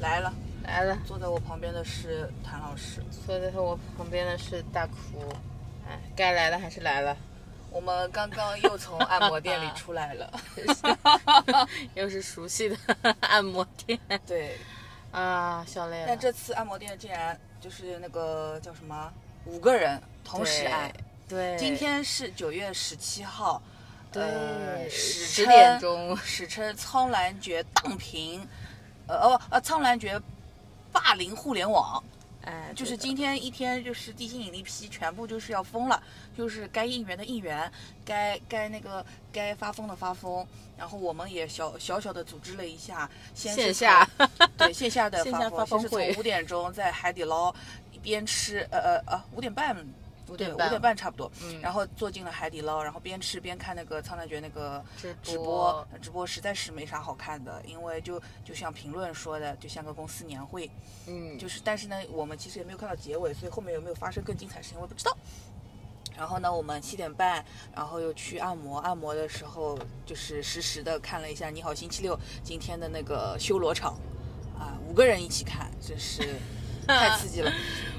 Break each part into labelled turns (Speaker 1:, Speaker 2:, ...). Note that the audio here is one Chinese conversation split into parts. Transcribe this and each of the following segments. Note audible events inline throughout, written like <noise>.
Speaker 1: 来了，
Speaker 2: 来了，
Speaker 1: 坐在我旁边的是谭老师。
Speaker 2: 坐在我旁边的是大哭，哎，该来的还是
Speaker 1: <laughs>
Speaker 2: 来了，
Speaker 1: 我们刚刚又从按摩店里出来了，
Speaker 2: <laughs> 又是熟悉的按摩店
Speaker 1: 对，
Speaker 2: 啊，笑累了。
Speaker 1: 但这次按摩店竟然就是那个叫什么，五个人同时按。
Speaker 2: 对，对
Speaker 1: 今天是九月十七号，呃
Speaker 2: 对
Speaker 1: 史
Speaker 2: 十
Speaker 1: 称
Speaker 2: 点钟，
Speaker 1: 史称苍兰诀荡平，呃哦呃苍兰诀霸凌互联网。
Speaker 2: 哎，
Speaker 1: 就是
Speaker 2: 对的
Speaker 1: 今天一天，就是地心引力批全部就是要疯了，就是该应援的应援，该该那个该发疯的发疯。然后我们也小小小的组织了一下，先是
Speaker 2: 线下
Speaker 1: 从
Speaker 2: <laughs>
Speaker 1: 对线下的
Speaker 2: 线下发
Speaker 1: 疯，先
Speaker 2: 疯
Speaker 1: 是从
Speaker 2: 会
Speaker 1: 五点钟在海底捞一边吃，呃呃呃五点半。
Speaker 2: 五
Speaker 1: 五
Speaker 2: 点
Speaker 1: 五
Speaker 2: 半
Speaker 1: 点半差不多，
Speaker 2: 嗯
Speaker 1: 然后坐进了海底捞，然后边吃边看那个苍兰诀那个
Speaker 2: 直播
Speaker 1: 直播，直播实在是没啥好看的，因为就就像评论说的，就像个公司年会，
Speaker 2: 嗯，
Speaker 1: 就是，但是呢，我们其实也没有看到结尾，所以后面有没有发生更精彩的事情，我也不知道。然后呢，我们七点半，然后又去按摩。按摩的时候，就是实时的看了一下《你好星期六》今天的那个修罗场，啊，五个人一起看，真是太刺激了，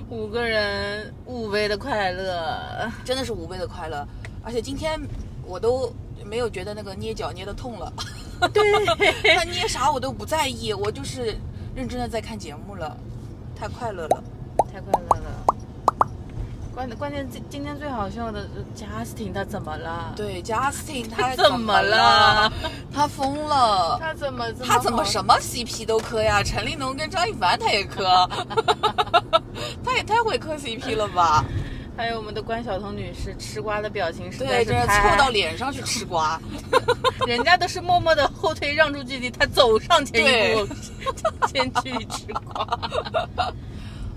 Speaker 2: 五个人五倍的快乐，
Speaker 1: 真的是无倍的快乐。而且今天我都没有觉得那个捏脚捏的痛了，对他捏啥我都不在意，我就是认真的在看节目了，太快乐了。
Speaker 2: <laughs> 太快乐了。关关键今今天最好笑的呃是 Justin 他怎么了？，
Speaker 1: 对，Justin
Speaker 2: <laughs>
Speaker 1: 他
Speaker 2: 怎么了？
Speaker 1: <laughs> 他疯了。
Speaker 2: 他怎么
Speaker 1: 他怎么
Speaker 2: 好
Speaker 1: 什么 CP 都磕呀？陈立农跟张一凡他也磕， <laughs> 他也太会磕 CP 了吧？
Speaker 2: 还有我们的关晓彤女士吃瓜的表情实在
Speaker 1: 对，
Speaker 2: 是
Speaker 1: 真是
Speaker 2: 太
Speaker 1: 凑到脸上去吃瓜。
Speaker 2: <laughs> 人家都是默默的后退让出距离，他走上前一步， <laughs> 先去吃瓜。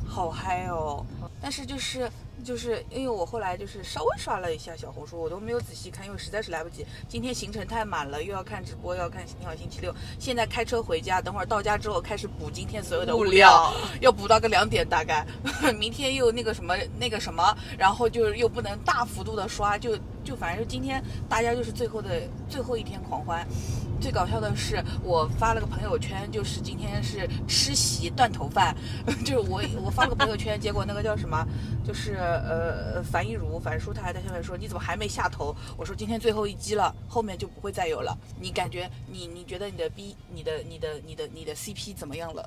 Speaker 1: 好嗨哦！但是就是就是因为我后来就是稍微刷了一下小红书，我都没有仔细看，因为实在是来不及。今天行程太满了，又要看直播，又要看《你好星期六》，现在开车回家，等会儿到家之后开始补今天所有的物
Speaker 2: 物
Speaker 1: 料
Speaker 2: 料，
Speaker 1: 要补到个两点大概。 <laughs> 明天又那个什么那个什么，然后就是又不能大幅度的刷，就就反正就今天大家就是最后的最后一天狂欢。最搞笑的是，我发了个朋友圈，就是今天是吃席断头饭， <laughs> 就是我我发了个朋友圈，结果那个叫什么，就是呃樊一茹樊叔他还在下面说你怎么还没下头？我说今天最后一击了，后面就不会再有了。你感觉你你觉得你的 B 你的你的你的你的 CP 怎么样了？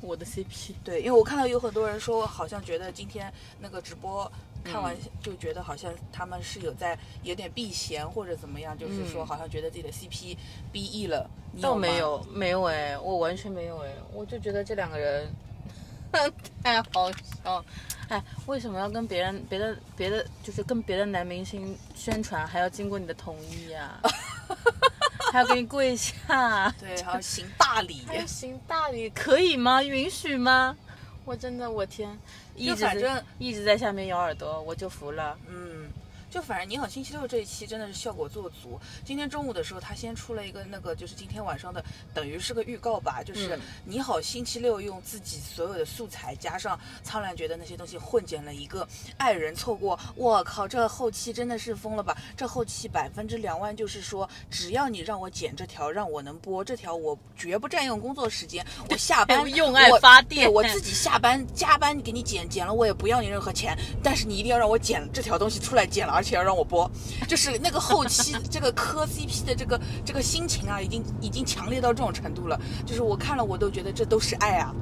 Speaker 2: 我的 CP
Speaker 1: 对，因为我看到有很多人说，好像觉得今天那个直播看
Speaker 2: 嗯
Speaker 1: 完就觉得好像他们是有在有点避嫌或者怎么样，就是说
Speaker 2: 嗯
Speaker 1: 好像觉得自己的 CP BE E 了。你
Speaker 2: 倒没
Speaker 1: 吗，
Speaker 2: 有，没有哎，我完全没有哎，我就觉得这两个人 <laughs> 太好笑。哎，为什么要跟别人、别的、别的，就是跟别的男明星宣传，还要经过你的同意呀、 <laughs> 还要给你跪 <laughs> 下，
Speaker 1: 对，然后行大礼，
Speaker 2: 还要行大礼，可以吗？允许吗？我真的，我天，一直
Speaker 1: 反正
Speaker 2: 在一直在下面咬耳朵，我就服了。
Speaker 1: 嗯。就反正你好星期六这一期真的是效果做足。今天中午的时候，他先出了一个那个，就是今天晚上的，等于是个预告吧，就是
Speaker 2: 嗯
Speaker 1: 你好星期六用自己所有的素材加上苍兰诀的那些东西混剪了一个爱人错过。我靠，这后期真的是疯了吧？这后期百分之两万就是说，只要你让我剪这条，让我能播这条，我绝不占用工作时间。我下班
Speaker 2: <laughs> 用爱
Speaker 1: 我
Speaker 2: 发
Speaker 1: 对
Speaker 2: 电
Speaker 1: 我自己。自己下班加班给你剪，剪了我也不要你任何钱，但是你一定要让我剪这条东西出来剪了，而且要让我播，就是那个后期 <laughs> 这个磕 CP 的这个这个心情啊，已经已经强烈到这种程度了，就是我看了我都觉得这都是爱啊，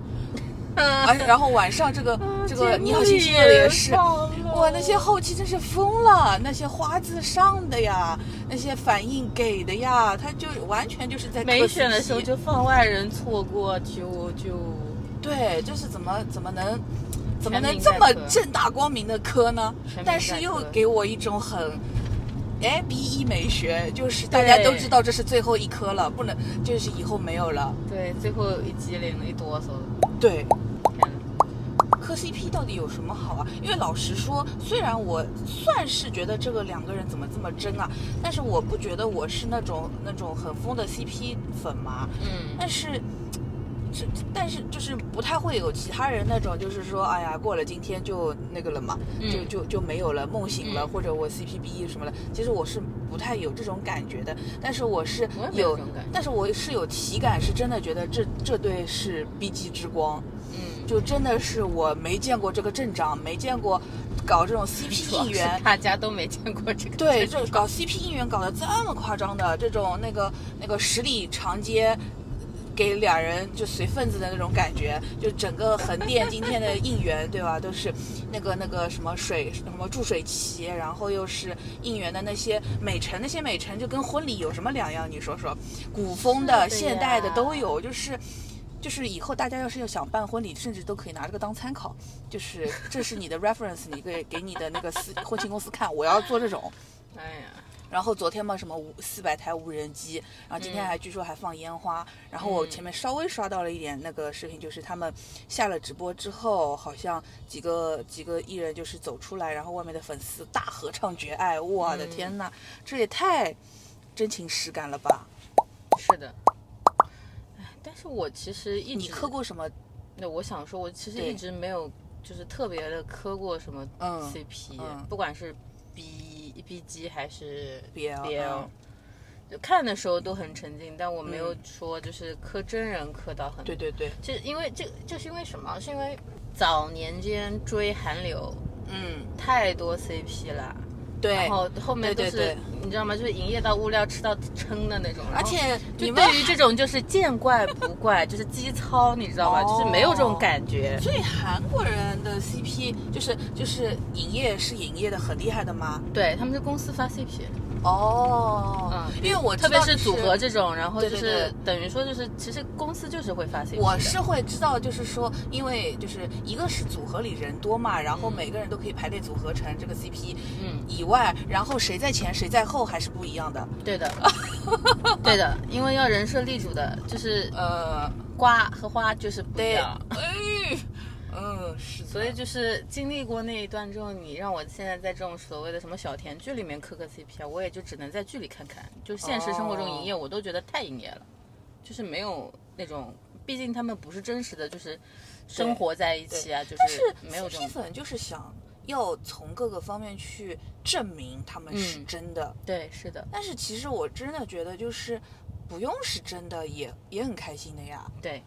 Speaker 2: 嗯
Speaker 1: 而且然后晚上这个
Speaker 2: 啊
Speaker 1: 这个你好星期六也是，哇，那些后期真是疯了，那些花字上的呀，那些反应给的呀，他就完全就是在磕
Speaker 2: 没选的时候
Speaker 1: CP
Speaker 2: 就放外人错过，就就
Speaker 1: 对，就是怎么怎么能怎么能
Speaker 2: 民
Speaker 1: 这
Speaker 2: 在
Speaker 1: 么
Speaker 2: 磕
Speaker 1: 正大光明的磕呢
Speaker 2: 全？民在
Speaker 1: 但是又
Speaker 2: 磕
Speaker 1: 给我一种很。哎，B E 美学就是大家都
Speaker 2: 对
Speaker 1: 知道这是最后一颗了，不能就是以后没有了。
Speaker 2: 对，最后一激灵一哆嗦，
Speaker 1: 对，
Speaker 2: 天哪！
Speaker 1: 磕 CP 到底有什么好啊？因为老实说，虽然我算是觉得这个两个人怎么这么争啊，但是我不觉得我是那种那种很疯的 CP 粉嘛。
Speaker 2: 嗯，
Speaker 1: 但是这但是就是不太会有其他人那种，就是说，哎呀，过了今天就那个了嘛，
Speaker 2: 嗯
Speaker 1: 就就就没有了，梦醒了，
Speaker 2: 嗯
Speaker 1: 或者我 CPB 什么的，其实我是不太有这种感觉的，但是我是
Speaker 2: 我也没有
Speaker 1: 有
Speaker 2: 这种感觉
Speaker 1: 但是我是有体感，是真的觉得这这对是 B G 之光，
Speaker 2: 嗯，
Speaker 1: 就真的是我没见过这个阵仗，没见过
Speaker 2: <laughs>
Speaker 1: 搞这种 E CP 应援，
Speaker 2: 大家都没见过这个。
Speaker 1: 对，这搞 CP 应援搞得这么夸张的，这种那个那个十里长街。给俩人就随份子的那种感觉，就整个横店今天的应援，对吧？都是那个那个什么水什么注水旗，然后又是应援的那些美辰，那些美辰就跟婚礼有什么两样？你说说，古风的、
Speaker 2: 是的
Speaker 1: 现代的
Speaker 2: 呀
Speaker 1: 都有，就是就是以后大家要是要想办婚礼，甚至都可以拿这个当参考，就是这是你的 reference，你给给你的那个司婚庆公司看，我要做这种。
Speaker 2: 哎呀，
Speaker 1: 然后昨天嘛，什么五四百台无人机，然后
Speaker 2: 嗯
Speaker 1: 今天还据说还放烟花。然后我前面稍微刷到了一点那个视频，就是他们下了直播之后，好像几个几个艺人就是走出来，然后外面的粉丝大合唱《绝爱》，我的
Speaker 2: 嗯
Speaker 1: 天呐，这也太真情实感了吧！
Speaker 2: 是的。哎，但是我其实一直
Speaker 1: 你磕过什么？
Speaker 2: 那我想说，我其实
Speaker 1: 对
Speaker 2: 一直没有就是特别的磕过什么
Speaker 1: 嗯
Speaker 2: CP，、
Speaker 1: 嗯
Speaker 2: 不管是 B B G 还是
Speaker 1: BL 嗯
Speaker 2: 就看的时候都很沉浸，但我没有说就是磕真人磕到很。
Speaker 1: 对，对对，
Speaker 2: 就是因为这就是因为什么？是因为早年间追韩流
Speaker 1: 嗯，
Speaker 2: 太多 CP 了，
Speaker 1: 对
Speaker 2: 然。后后面都
Speaker 1: 对
Speaker 2: 是
Speaker 1: 对对
Speaker 2: 你知道吗？就是营业到物料吃到撑的那种，
Speaker 1: 而
Speaker 2: 然后
Speaker 1: 且你
Speaker 2: 就
Speaker 1: 们
Speaker 2: 对于这种就是见怪不怪，就是基操，你知道吗？就是没有这
Speaker 1: 哦
Speaker 2: 种感觉。
Speaker 1: 所以韩国人的 CP 就是就是营业是营业的很厉害的吗？
Speaker 2: 对，他们是公司发 CP，
Speaker 1: 哦，
Speaker 2: 嗯
Speaker 1: 因为我知
Speaker 2: 特别
Speaker 1: 道
Speaker 2: 是
Speaker 1: 就
Speaker 2: 组合这种，然后
Speaker 1: 对
Speaker 2: 就
Speaker 1: 对
Speaker 2: 是等于说就是，其实公司就是会发 CP 的。
Speaker 1: 我是会知道，就是说，因为就是一个是组合里人多嘛，然后
Speaker 2: 嗯
Speaker 1: 每个人都可以排列组合成这个 CP
Speaker 2: 嗯，
Speaker 1: 以外，然后谁在前谁在后还是不一样的。
Speaker 2: 对
Speaker 1: <laughs>
Speaker 2: 的，对的，因为要人设立主的，就是
Speaker 1: 呃，
Speaker 2: 瓜和花就是不一
Speaker 1: 对，
Speaker 2: 样。 <laughs>
Speaker 1: 哎，嗯，是的，
Speaker 2: 所以就是经历过那一段之后，你让我现在在这种所谓的什么小甜剧里面磕磕 CP 啊，我也就只能在剧里看看。就现实生活中
Speaker 1: 哦
Speaker 2: 营业，我都觉得太营业了，就是没有那种，毕竟他们不是真实的，就是生活在一起啊，就
Speaker 1: 但是
Speaker 2: 没有这
Speaker 1: CP
Speaker 2: 种。
Speaker 1: 粉就是想要从各个方面去证明他们是
Speaker 2: 嗯
Speaker 1: 真的，
Speaker 2: 对，是的，
Speaker 1: 但是其实我真的觉得就是不用是真的也也很开心的呀。
Speaker 2: 对，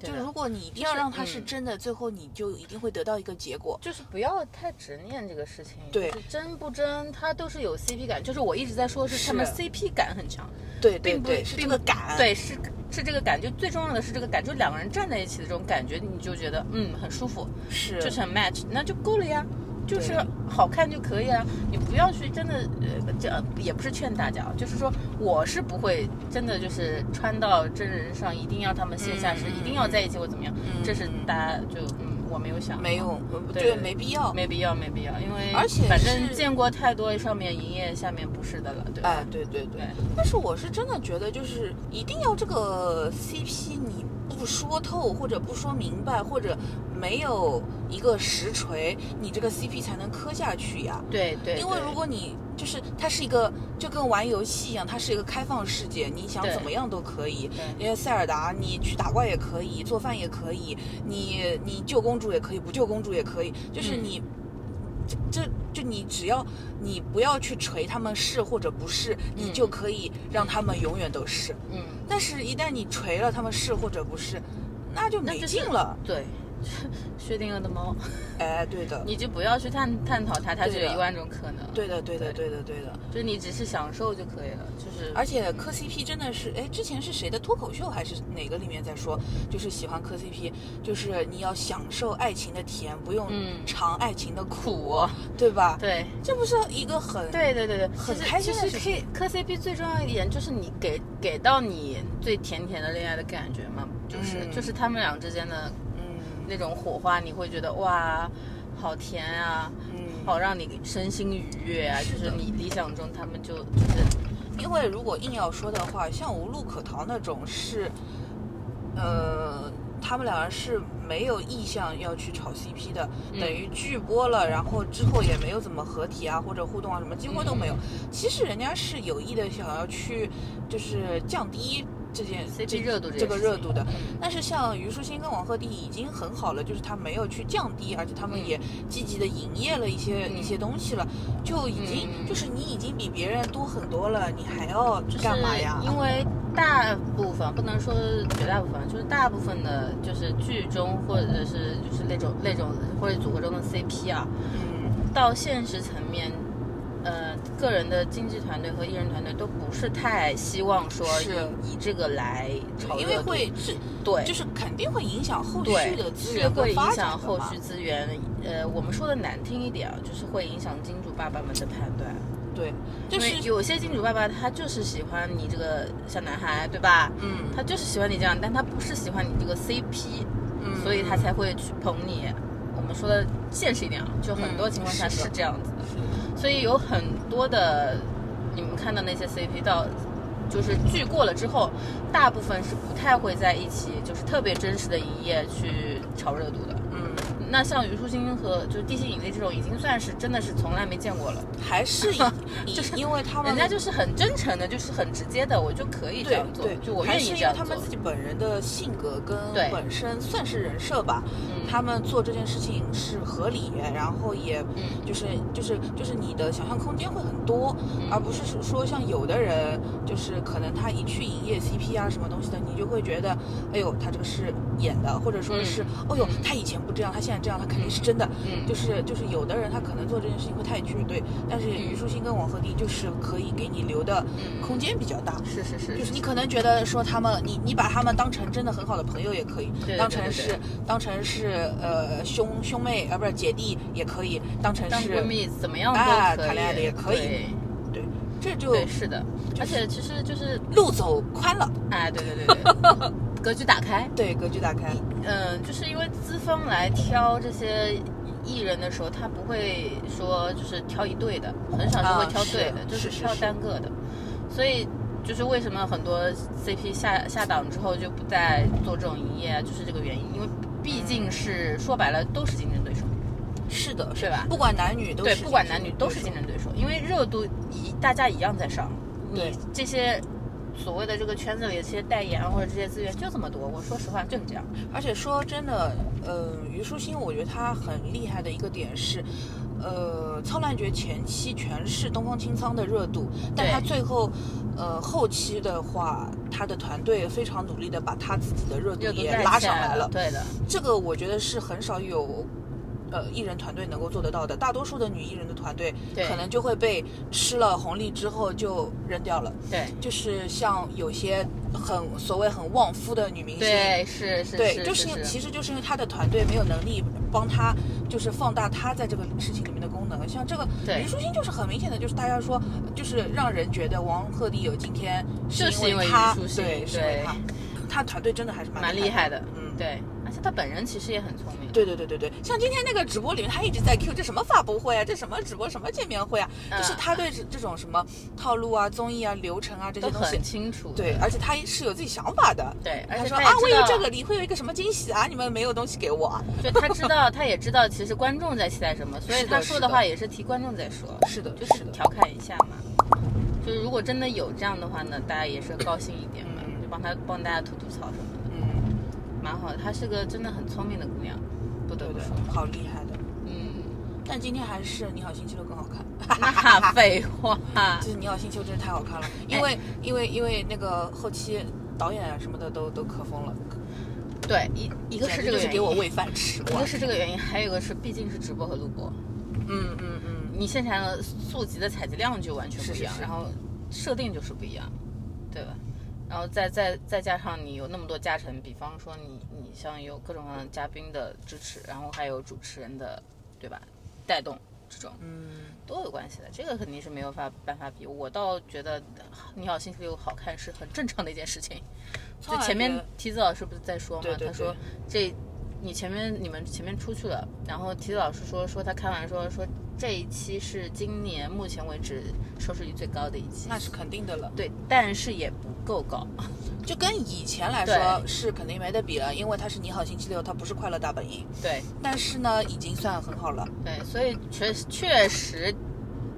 Speaker 2: 对
Speaker 1: 就
Speaker 2: 的
Speaker 1: 如果你一定要让它是
Speaker 2: 嗯
Speaker 1: 真的，最后你就一定会得到一个结果。
Speaker 2: 就是不要太执念这个事情，
Speaker 1: 对
Speaker 2: 就是真不真，它都是有 CP 感。就是我一直在说的是他们
Speaker 1: 是啊
Speaker 2: CP 感很强，
Speaker 1: 对对
Speaker 2: 并不
Speaker 1: 对，是这个感。
Speaker 2: 对，是是这个感觉，最重要的是这个感，就两个人站在一起的这种感觉，你就觉得嗯很舒服，
Speaker 1: 是，
Speaker 2: 就是很 match，那就够了呀。就是
Speaker 1: 对
Speaker 2: 好看就可以啊，你不要去真的，呃，这呃也不是劝大家啊，就是说我是不会真的就是穿到真人上，一定要他们线下是、
Speaker 1: 嗯
Speaker 2: 一定要在一起或怎么样，
Speaker 1: 嗯
Speaker 2: 这是大家就嗯我没有想
Speaker 1: 没有，呃
Speaker 2: 对
Speaker 1: 对，
Speaker 2: 对
Speaker 1: 没必要。
Speaker 2: 没必要，没必要，因为
Speaker 1: 而且
Speaker 2: 反
Speaker 1: 是
Speaker 2: 正见过太多上面营业，下面不是的了，对吧？
Speaker 1: 哎，对对对
Speaker 2: 对。
Speaker 1: 但是我是真的觉得，就是一定要这个 CP，你不说透或者不说明白，或者没有一个实锤，你这个 CP 才能磕下去呀。
Speaker 2: 对对，
Speaker 1: 因为
Speaker 2: 对
Speaker 1: 如果你就是它是一个就跟玩游戏一样，它是一个开放世界，你想
Speaker 2: 对
Speaker 1: 怎么样都可以。
Speaker 2: 对
Speaker 1: 因为塞尔达，你去打怪也可以，做饭也可以，你你救公主也可以，不救公主也可以，就是
Speaker 2: 嗯
Speaker 1: 你、这这就你只要你不要去锤他们是或者不是，你
Speaker 2: 嗯
Speaker 1: 就可以让他们永远都是。
Speaker 2: 嗯，
Speaker 1: 但是，一旦你锤了他们是或者不是，那就
Speaker 2: 那
Speaker 1: 没
Speaker 2: 就是
Speaker 1: 劲了。
Speaker 2: 对，薛定谔的猫， <laughs>
Speaker 1: 哎，对的，
Speaker 2: 你就不要去探探讨它，它
Speaker 1: 对
Speaker 2: 就有
Speaker 1: 的
Speaker 2: 一万种可能，，
Speaker 1: 对的，对的，对的，对的。
Speaker 2: 就是你只是享受就可以了，就是
Speaker 1: 而且磕 CP 真的是，哎，之前是谁的脱口秀还是哪个里面在说，就是喜欢磕 CP，就是你要享受爱情的甜，不用
Speaker 2: 嗯
Speaker 1: 尝爱情的苦，
Speaker 2: 苦，
Speaker 1: 对吧？，
Speaker 2: 对。
Speaker 1: 这不是一个很
Speaker 2: 对对对对，
Speaker 1: 很
Speaker 2: 其实
Speaker 1: 开心的
Speaker 2: 其
Speaker 1: 事
Speaker 2: 实 K 磕 CP 最重要一点就是你给给到你最甜甜的恋爱的感觉嘛，就是、
Speaker 1: 嗯
Speaker 2: 就是他们俩之间的
Speaker 1: 嗯
Speaker 2: 那种火花，你会觉得哇，好甜啊，
Speaker 1: 嗯
Speaker 2: 好让你身心愉悦啊，
Speaker 1: 是
Speaker 2: 就
Speaker 1: 的
Speaker 2: 是你理想中他们就就是
Speaker 1: 因为如果硬要说的话，像无路可逃那种是，呃，他们两人是没有意向要去炒 CP 的，
Speaker 2: 嗯
Speaker 1: 等于拒播了，然后之后也没有怎么合体啊或者互动
Speaker 2: 嗯
Speaker 1: 啊什么，几乎都没有。其实人家是有意的想要去，就是降低。这件
Speaker 2: CP 热度这
Speaker 1: 这个
Speaker 2: 件事
Speaker 1: 热
Speaker 2: 情
Speaker 1: 度的。但是像虞书欣跟王鹤棣已经很好了，就是他没有去降低，而且他们
Speaker 2: 嗯
Speaker 1: 也积极的营业了一些、
Speaker 2: 嗯
Speaker 1: 一些东西了，就已经、
Speaker 2: 嗯
Speaker 1: 就是你已经比别人多很多了，你还要
Speaker 2: 就是
Speaker 1: 干嘛呀？
Speaker 2: 因为大部分不能说绝大部分，就是大部分的，就是剧中或者是就是那种那种或者组合中的 CP 啊，
Speaker 1: 嗯
Speaker 2: 到现实层面，呃，个人的经纪团队和艺人团队都不是太希望说
Speaker 1: 是
Speaker 2: 以以这个来炒热
Speaker 1: 因为
Speaker 2: 度
Speaker 1: 会是
Speaker 2: 对，
Speaker 1: 就是肯定会影响后续
Speaker 2: 对
Speaker 1: 的资
Speaker 2: 是
Speaker 1: 源和
Speaker 2: 会影
Speaker 1: 发展
Speaker 2: 响
Speaker 1: 的
Speaker 2: 后
Speaker 1: 嘛
Speaker 2: 续资源。呃，我们说的难听一点啊，就是会影响金主爸爸们的判断。
Speaker 1: 对，就是
Speaker 2: 因为有些金主爸爸他就是喜欢你这个小男孩，对吧？
Speaker 1: 嗯
Speaker 2: 他就是喜欢你这样，但他不是喜欢你这个 CP，、
Speaker 1: 嗯
Speaker 2: 所以他才会去捧你。我们说的现实一点啊，就很多
Speaker 1: 嗯
Speaker 2: 情况下
Speaker 1: 是的
Speaker 2: 是这样子的，
Speaker 1: 是的
Speaker 2: 所以有很多的你们看到那些 CP 到。就是剧过了之后，大部分是不太会在一起，就是特别真实的营业去炒热度的。
Speaker 1: 嗯。
Speaker 2: 那像虞书欣和就是地心引力这种，已经算是真的是从来没见过了。
Speaker 1: 还是
Speaker 2: <laughs>
Speaker 1: 以以因为他们
Speaker 2: 人家就是很真诚的，就是很直接的，我就可以这
Speaker 1: 对
Speaker 2: 样做
Speaker 1: 对，，
Speaker 2: 就我
Speaker 1: 还
Speaker 2: 愿
Speaker 1: 是
Speaker 2: 意这
Speaker 1: 因为
Speaker 2: 样
Speaker 1: 他
Speaker 2: 做
Speaker 1: 们。自己本人的性格跟
Speaker 2: 对
Speaker 1: 本身算是人设吧，
Speaker 2: 嗯
Speaker 1: 他们做这件事情是合理，然后也
Speaker 2: 嗯
Speaker 1: 就是就是就是你的想象空间会很多，而不是说说像有的人就是可能他一去营业 CP 啊什么东西的，你就会觉得，哎呦他这个是演的，或者说
Speaker 2: 嗯
Speaker 1: 是，哦呦
Speaker 2: 嗯
Speaker 1: 他以前不这样，他现在这样，他肯定是真的，
Speaker 2: 嗯
Speaker 1: 就是就是有的人他可能做这件事情会太绝对，但是虞书欣跟王鹤棣就是可以给你留的
Speaker 2: 嗯
Speaker 1: 空间比较大。
Speaker 2: 是是是，
Speaker 1: 就是你可能觉得说他们，你你把他们当成真的很好的朋友也可以，
Speaker 2: 对对
Speaker 1: 当
Speaker 2: 对
Speaker 1: 成
Speaker 2: 对
Speaker 1: 是
Speaker 2: 对
Speaker 1: 当成是呃兄兄妹啊，不是姐弟也可以，当成
Speaker 2: 当
Speaker 1: 是
Speaker 2: 闺蜜怎么样都
Speaker 1: 啊
Speaker 2: 可以，
Speaker 1: 谈恋爱的也可以
Speaker 2: 对
Speaker 1: 对，这就
Speaker 2: 对是的，
Speaker 1: 就是
Speaker 2: 而且其实就是
Speaker 1: 路走宽了，
Speaker 2: 哎，对对对
Speaker 1: <laughs>
Speaker 2: 对，格局打开。
Speaker 1: 对格局打开，
Speaker 2: 嗯，就是因为资方来挑这些艺人的时候，他不会说就是挑一对的，很少是会
Speaker 1: 啊
Speaker 2: 挑对的，
Speaker 1: 是
Speaker 2: 就是
Speaker 1: 是是
Speaker 2: 挑单个的。所以就是为什么很多 CP 下下档之后就不再做这种营业啊，就是这个原因，因为毕
Speaker 1: 嗯
Speaker 2: 竟是、说白了都是竞争对手，
Speaker 1: 是的，
Speaker 2: 对吧
Speaker 1: 不管男女都
Speaker 2: 对，
Speaker 1: 是
Speaker 2: 不管
Speaker 1: 竞
Speaker 2: 男
Speaker 1: 争
Speaker 2: 女都是
Speaker 1: 对
Speaker 2: 竞争对手，因为热度一大家一样在上，
Speaker 1: 对
Speaker 2: 你这些。所谓的这个圈子里的这些代言啊或者这些资源就这么多，我说实话就是这样。
Speaker 1: 而且说真的，呃，虞书欣，我觉得她很厉害的一个点是，呃，《苍兰诀》前期全是东方青苍的热度，但
Speaker 2: 对
Speaker 1: 她最后，呃，后期的话，她的团队非常努力的把她自己的热度
Speaker 2: 热度
Speaker 1: 也
Speaker 2: 带
Speaker 1: 拉
Speaker 2: 起
Speaker 1: 上来了。
Speaker 2: 对的，
Speaker 1: 这个我觉得是很少有。呃，艺人团队能够做得到的，大多数的女艺人的团队
Speaker 2: 对
Speaker 1: 可能就会被吃了红利之后就扔掉了。
Speaker 2: 对。
Speaker 1: 就是像有些很所谓很旺夫的女明星，
Speaker 2: 对，是是
Speaker 1: 对，
Speaker 2: 是，
Speaker 1: 就是因为其实就是因为他的团队没有能力帮他，就是放大他在这个事情里面的功能。像这个
Speaker 2: 对
Speaker 1: 虞书欣就是很明显的，就是大家说，就是让人觉得王鹤棣有今天
Speaker 2: 就是
Speaker 1: 因
Speaker 2: 因为
Speaker 1: 他，
Speaker 2: 虞书欣
Speaker 1: 对，是因为
Speaker 2: 对
Speaker 1: 他，他团队真的还是
Speaker 2: 蛮
Speaker 1: 蛮
Speaker 2: 厉
Speaker 1: 害
Speaker 2: 害的，
Speaker 1: 嗯
Speaker 2: 对，而且他本人其实也很聪明，
Speaker 1: 的。对对对对对，像今天那个直播里面，他一直在 Q 这什么发布会啊，这什么直播什么见面会啊，
Speaker 2: 嗯
Speaker 1: 就是他对这这种什么套路啊、综艺啊、流程啊这
Speaker 2: 都
Speaker 1: 些东西
Speaker 2: 很，清楚，
Speaker 1: 对，而且他是有自己想法的。
Speaker 2: 对，而
Speaker 1: 他
Speaker 2: 且
Speaker 1: 说
Speaker 2: 他
Speaker 1: 啊，我
Speaker 2: 也
Speaker 1: 有
Speaker 2: 知
Speaker 1: 这
Speaker 2: 道，
Speaker 1: 个，你会有一个什么惊喜啊？你们没有东西给我啊？
Speaker 2: 就他知道，他也知道其实观众在期待什
Speaker 1: <laughs>
Speaker 2: 么，所以
Speaker 1: 是的
Speaker 2: 他
Speaker 1: 是
Speaker 2: 说的
Speaker 1: 的
Speaker 2: 话也是替观众在说，
Speaker 1: 是的，
Speaker 2: 就是
Speaker 1: 是的。
Speaker 2: 调侃一下嘛，就是如果真的有这样的话呢，大家也是高兴一点嘛，
Speaker 1: 嗯
Speaker 2: 就帮他帮大家吐吐槽什么的，
Speaker 1: 嗯，
Speaker 2: 蛮好的，她是个真的很聪明的姑娘，不得
Speaker 1: 对
Speaker 2: 不
Speaker 1: 的
Speaker 2: 说，，
Speaker 1: 好厉害的。
Speaker 2: 嗯，
Speaker 1: 但今天还是《你好星期六》更好
Speaker 2: <laughs>
Speaker 1: 看，
Speaker 2: 那废
Speaker 1: <laughs>
Speaker 2: 话，
Speaker 1: 就是《你好星期六》真是太好看了，
Speaker 2: 哎
Speaker 1: 因为、因为因为那个后期导演啊什么的都都磕疯了，
Speaker 2: 对，一一个是
Speaker 1: 简
Speaker 2: 这个
Speaker 1: 直就是
Speaker 2: 原
Speaker 1: 给我
Speaker 2: 因，
Speaker 1: 喂饭吃。
Speaker 2: 一
Speaker 1: 哇
Speaker 2: 个是这个原因，还有一个是毕竟是直播和录播。
Speaker 1: 嗯嗯嗯，
Speaker 2: 你现场的速集的采集量就完全不一样，
Speaker 1: 是是是
Speaker 2: 然后设定就是不一样，对吧？然后再再再加上你有那么多加成，比方说你你像有各种各样的嘉宾的支持，然后还有主持人的，对吧？带动这种
Speaker 1: 嗯，
Speaker 2: 都有关系的，这个肯定是没有法办法比。我倒觉得《你好星期六》好看是很正常的一件事情。就前面提子老师不是在说嘛，
Speaker 1: 对对
Speaker 2: 他说这你前面你们前面出去了，然后提子老师说说他开玩笑说这一期是今年目前为止收视率最高的一期，
Speaker 1: 那是肯定的了，
Speaker 2: 对，但是也不够高， <laughs>
Speaker 1: 就跟以前来说
Speaker 2: 对
Speaker 1: 是肯定没得比了，因为它是《你好星期六》，它不是《快乐大本营》，
Speaker 2: 对
Speaker 1: 但是呢，已经算很好了。
Speaker 2: 对，所以确确实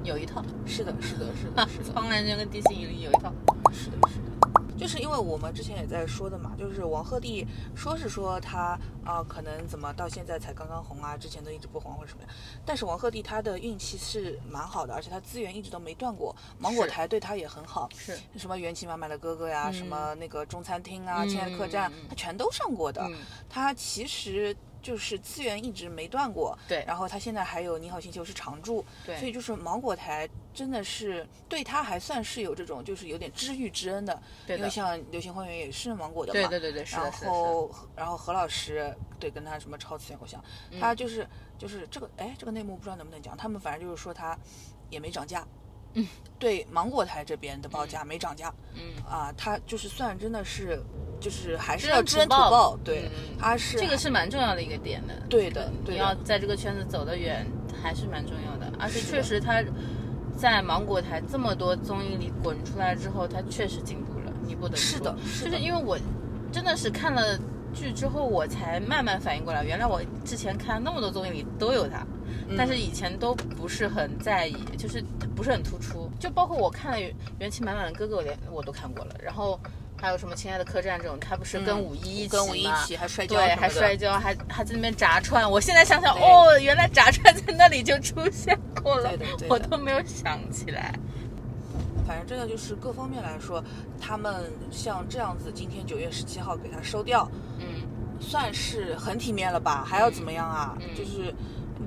Speaker 2: 有一套，
Speaker 1: 是的，是的，是的，是的，
Speaker 2: 苍兰诀跟地心引力有一套，
Speaker 1: 是的，是的。就是因为我们之前也在说的嘛，就是王鹤棣说是说他啊、可能怎么到现在才刚刚红啊，之前都一直不红或者什么的。但是王鹤棣他的运气是蛮好的，而且他资源一直都没断过，芒果
Speaker 2: 是
Speaker 1: 台对他也很好，
Speaker 2: 是
Speaker 1: 什么元气满满的哥哥呀，什么那个中餐厅啊、
Speaker 2: 嗯
Speaker 1: 亲爱的客栈
Speaker 2: 嗯嗯，
Speaker 1: 他全都上过的。
Speaker 2: 嗯
Speaker 1: 他其实就是资源一直没断过，
Speaker 2: 对
Speaker 1: 然后他现在还有《你好星球》是常驻，
Speaker 2: 对
Speaker 1: 所以就是芒果台真的是对他还算是有这种就是有点知遇之恩的，
Speaker 2: 对
Speaker 1: 因为
Speaker 2: 的，
Speaker 1: 像《流星花园》也是芒果的嘛，
Speaker 2: 对对对对，是的
Speaker 1: 然
Speaker 2: 是的是的，
Speaker 1: 后然后何老师对跟他什么超次元偶像，
Speaker 2: 嗯
Speaker 1: 他就是就是这个哎这个内幕不知道能不能讲，他们反正就是说他也没涨价，
Speaker 2: 嗯，
Speaker 1: 对芒果台这边的报价没涨价，
Speaker 2: 嗯，
Speaker 1: 啊，他就是算真的是就是还是
Speaker 2: 知道
Speaker 1: 要知恩
Speaker 2: 图
Speaker 1: 图
Speaker 2: 报
Speaker 1: 报，对
Speaker 2: 嗯，
Speaker 1: 他是啊
Speaker 2: 这个是蛮重要的一个点的。
Speaker 1: 对的，对
Speaker 2: 你
Speaker 1: 的
Speaker 2: 要在这个圈子走得远，还是蛮重要的。而且
Speaker 1: 是的
Speaker 2: 确实他在芒果台这么多综艺里滚出来之后，他确实进步了，你不得不说
Speaker 1: 是的是
Speaker 2: 就是
Speaker 1: 的
Speaker 2: 因为我真的是看了剧之后，我才慢慢反应过来，原来我之前看那么多综艺里都有他。
Speaker 1: 嗯
Speaker 2: 但是以前都不是很在意，就是不是很突出。就包括我看了《元气满满的哥哥》，我连我都看过了。然后还有什么《亲爱的客栈》这种，他不是跟
Speaker 1: 嗯
Speaker 2: 五一一起
Speaker 1: 跟我一
Speaker 2: 嘛
Speaker 1: 起还摔跤什么
Speaker 2: 对，
Speaker 1: 的，
Speaker 2: 还摔跤，还还在那边炸串。我现在想想，
Speaker 1: 对
Speaker 2: 哦，原来炸串在那里就出现过了
Speaker 1: 对的对，的
Speaker 2: 我都没有想起来。
Speaker 1: 反正真的就是各方面来说，他们像这样子，今天九月十七号给他收掉，
Speaker 2: 嗯，
Speaker 1: 算是很体面了吧？还要怎么样啊？
Speaker 2: 嗯
Speaker 1: 就是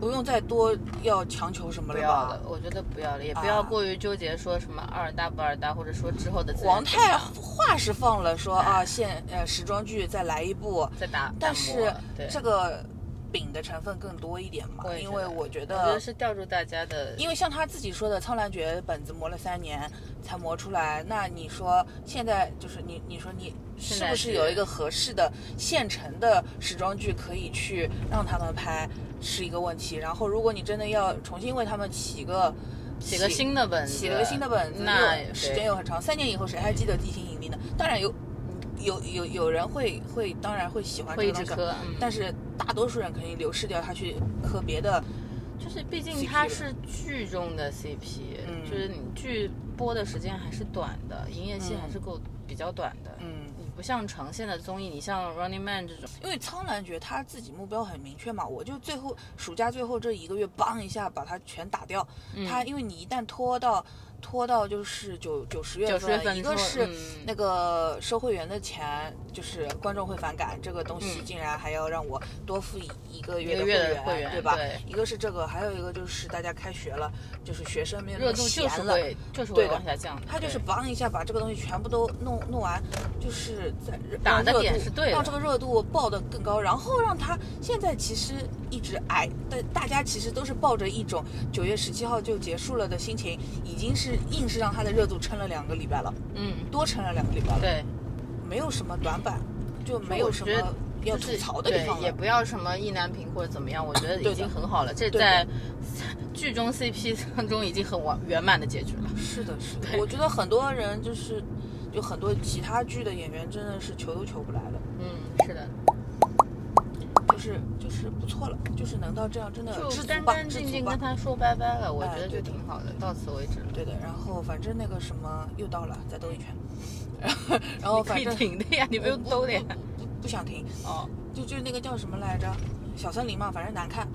Speaker 1: 不用再多要强求什么
Speaker 2: 不
Speaker 1: 了
Speaker 2: 要
Speaker 1: 吧
Speaker 2: 了？，我觉得不要了，也不要
Speaker 1: 啊
Speaker 2: 过于纠结说什么二搭不二搭，或者说之后的自然
Speaker 1: 王
Speaker 2: 怎么
Speaker 1: 太
Speaker 2: 样
Speaker 1: 话是放了说啊，现呃时装剧再来一部，
Speaker 2: 哎再打，
Speaker 1: 但
Speaker 2: 打
Speaker 1: 是
Speaker 2: 磨对
Speaker 1: 这个饼的成分更多一点嘛
Speaker 2: 我，也
Speaker 1: 因
Speaker 2: 觉
Speaker 1: 为
Speaker 2: 得
Speaker 1: 我觉
Speaker 2: 我觉
Speaker 1: 得
Speaker 2: 得。是吊住大家的，
Speaker 1: 因为像他自己说的，《苍兰诀》本子磨了三年才磨出来，那你说现在就是你，你说你
Speaker 2: 现
Speaker 1: 是
Speaker 2: 在
Speaker 1: 不
Speaker 2: 是
Speaker 1: 是有一个合适的现成的时装剧可以去让他们拍，是一个问题。然后，如果你真的要重新为他们起个
Speaker 2: 写个新的本子，
Speaker 1: 写了个新的本子，
Speaker 2: 那
Speaker 1: 又
Speaker 2: 对
Speaker 1: 时间又很长，三年以后谁还记得地心引力呢？当然有，有有有人会会，当然会喜欢
Speaker 2: 会
Speaker 1: 这
Speaker 2: 一直
Speaker 1: 个东西，
Speaker 2: 磕，嗯
Speaker 1: 但是大多数人肯定流失掉，他去磕别的。
Speaker 2: 就是毕竟
Speaker 1: CP
Speaker 2: 它
Speaker 1: 了
Speaker 2: 是剧中的 CP，
Speaker 1: 嗯
Speaker 2: 就是你剧播的时间还是短的，营业期还是够比较短的。
Speaker 1: 嗯，
Speaker 2: 你不像长线的综艺，你像 Running Man 这种，
Speaker 1: 因为苍兰诀他自己目标很明确嘛，我就最后暑假最后这一个月，梆一下把它全打掉。
Speaker 2: 嗯
Speaker 1: 他因为你一旦拖到拖到就是九九十月
Speaker 2: 九
Speaker 1: 份，
Speaker 2: 十月份
Speaker 1: 一
Speaker 2: 之
Speaker 1: 个
Speaker 2: 后
Speaker 1: 是
Speaker 2: 嗯
Speaker 1: 那个收会员的钱，就是观众会反感这个东西，
Speaker 2: 嗯
Speaker 1: 竟然还要让我多付一个
Speaker 2: 一
Speaker 1: 月
Speaker 2: 个
Speaker 1: 的会
Speaker 2: 月的会员
Speaker 1: 对吧？
Speaker 2: 对
Speaker 1: 一个是这个，还有一个就是大家开学了，就是学生没有那
Speaker 2: 热
Speaker 1: 么
Speaker 2: 度就是
Speaker 1: 闲了。
Speaker 2: 会就是
Speaker 1: 对
Speaker 2: 会
Speaker 1: 的
Speaker 2: 往下降的，
Speaker 1: 他就是
Speaker 2: 对
Speaker 1: 帮一下把这个东西全部都弄弄完，就是在
Speaker 2: 打
Speaker 1: 让
Speaker 2: 的
Speaker 1: 热
Speaker 2: 点
Speaker 1: 度
Speaker 2: 是对的
Speaker 1: 让这个热度爆得更高，然后让他现在其实一直矮，但大家其实都是抱着一种九月十七号就结束了的心情，已经是硬是让他的热度撑了两个礼拜了，
Speaker 2: 嗯，
Speaker 1: 多撑了两个礼拜了，
Speaker 2: 对，
Speaker 1: 没有什么短板，就没有什
Speaker 2: 我觉得
Speaker 1: 么要
Speaker 2: 就
Speaker 1: 吐
Speaker 2: 是
Speaker 1: 槽的地
Speaker 2: 对
Speaker 1: 方
Speaker 2: 也
Speaker 1: 了。
Speaker 2: 不要什么意难平或者怎么样，我觉得
Speaker 1: 对
Speaker 2: 已
Speaker 1: 的
Speaker 2: 经很好了，这
Speaker 1: 对的
Speaker 2: 在 <laughs> 剧中 CP 当中已经很完圆满的结局了。
Speaker 1: 是的， <laughs> 是的，我觉得很多人就是，有很多其他剧的演员真的是求都求不来的。
Speaker 2: 嗯，是的。
Speaker 1: 就是就是不错了，就是能到这样真的
Speaker 2: 就
Speaker 1: 嗯知足
Speaker 2: 干
Speaker 1: 吧，
Speaker 2: 干
Speaker 1: 知
Speaker 2: 净
Speaker 1: 足
Speaker 2: 净
Speaker 1: 吧
Speaker 2: 跟。他说拜拜了，我
Speaker 1: 哎
Speaker 2: 觉得就
Speaker 1: 对的
Speaker 2: 挺好的，到此为止了。
Speaker 1: 对的，然后反正那个什么又到了，再兜一圈。 <laughs> 然后
Speaker 2: 可
Speaker 1: 反
Speaker 2: 以
Speaker 1: 正
Speaker 2: 停的呀，你不用兜的呀。
Speaker 1: 不不想停，
Speaker 2: 哦，
Speaker 1: 就就那个叫什么来着？小森林嘛，反正难看。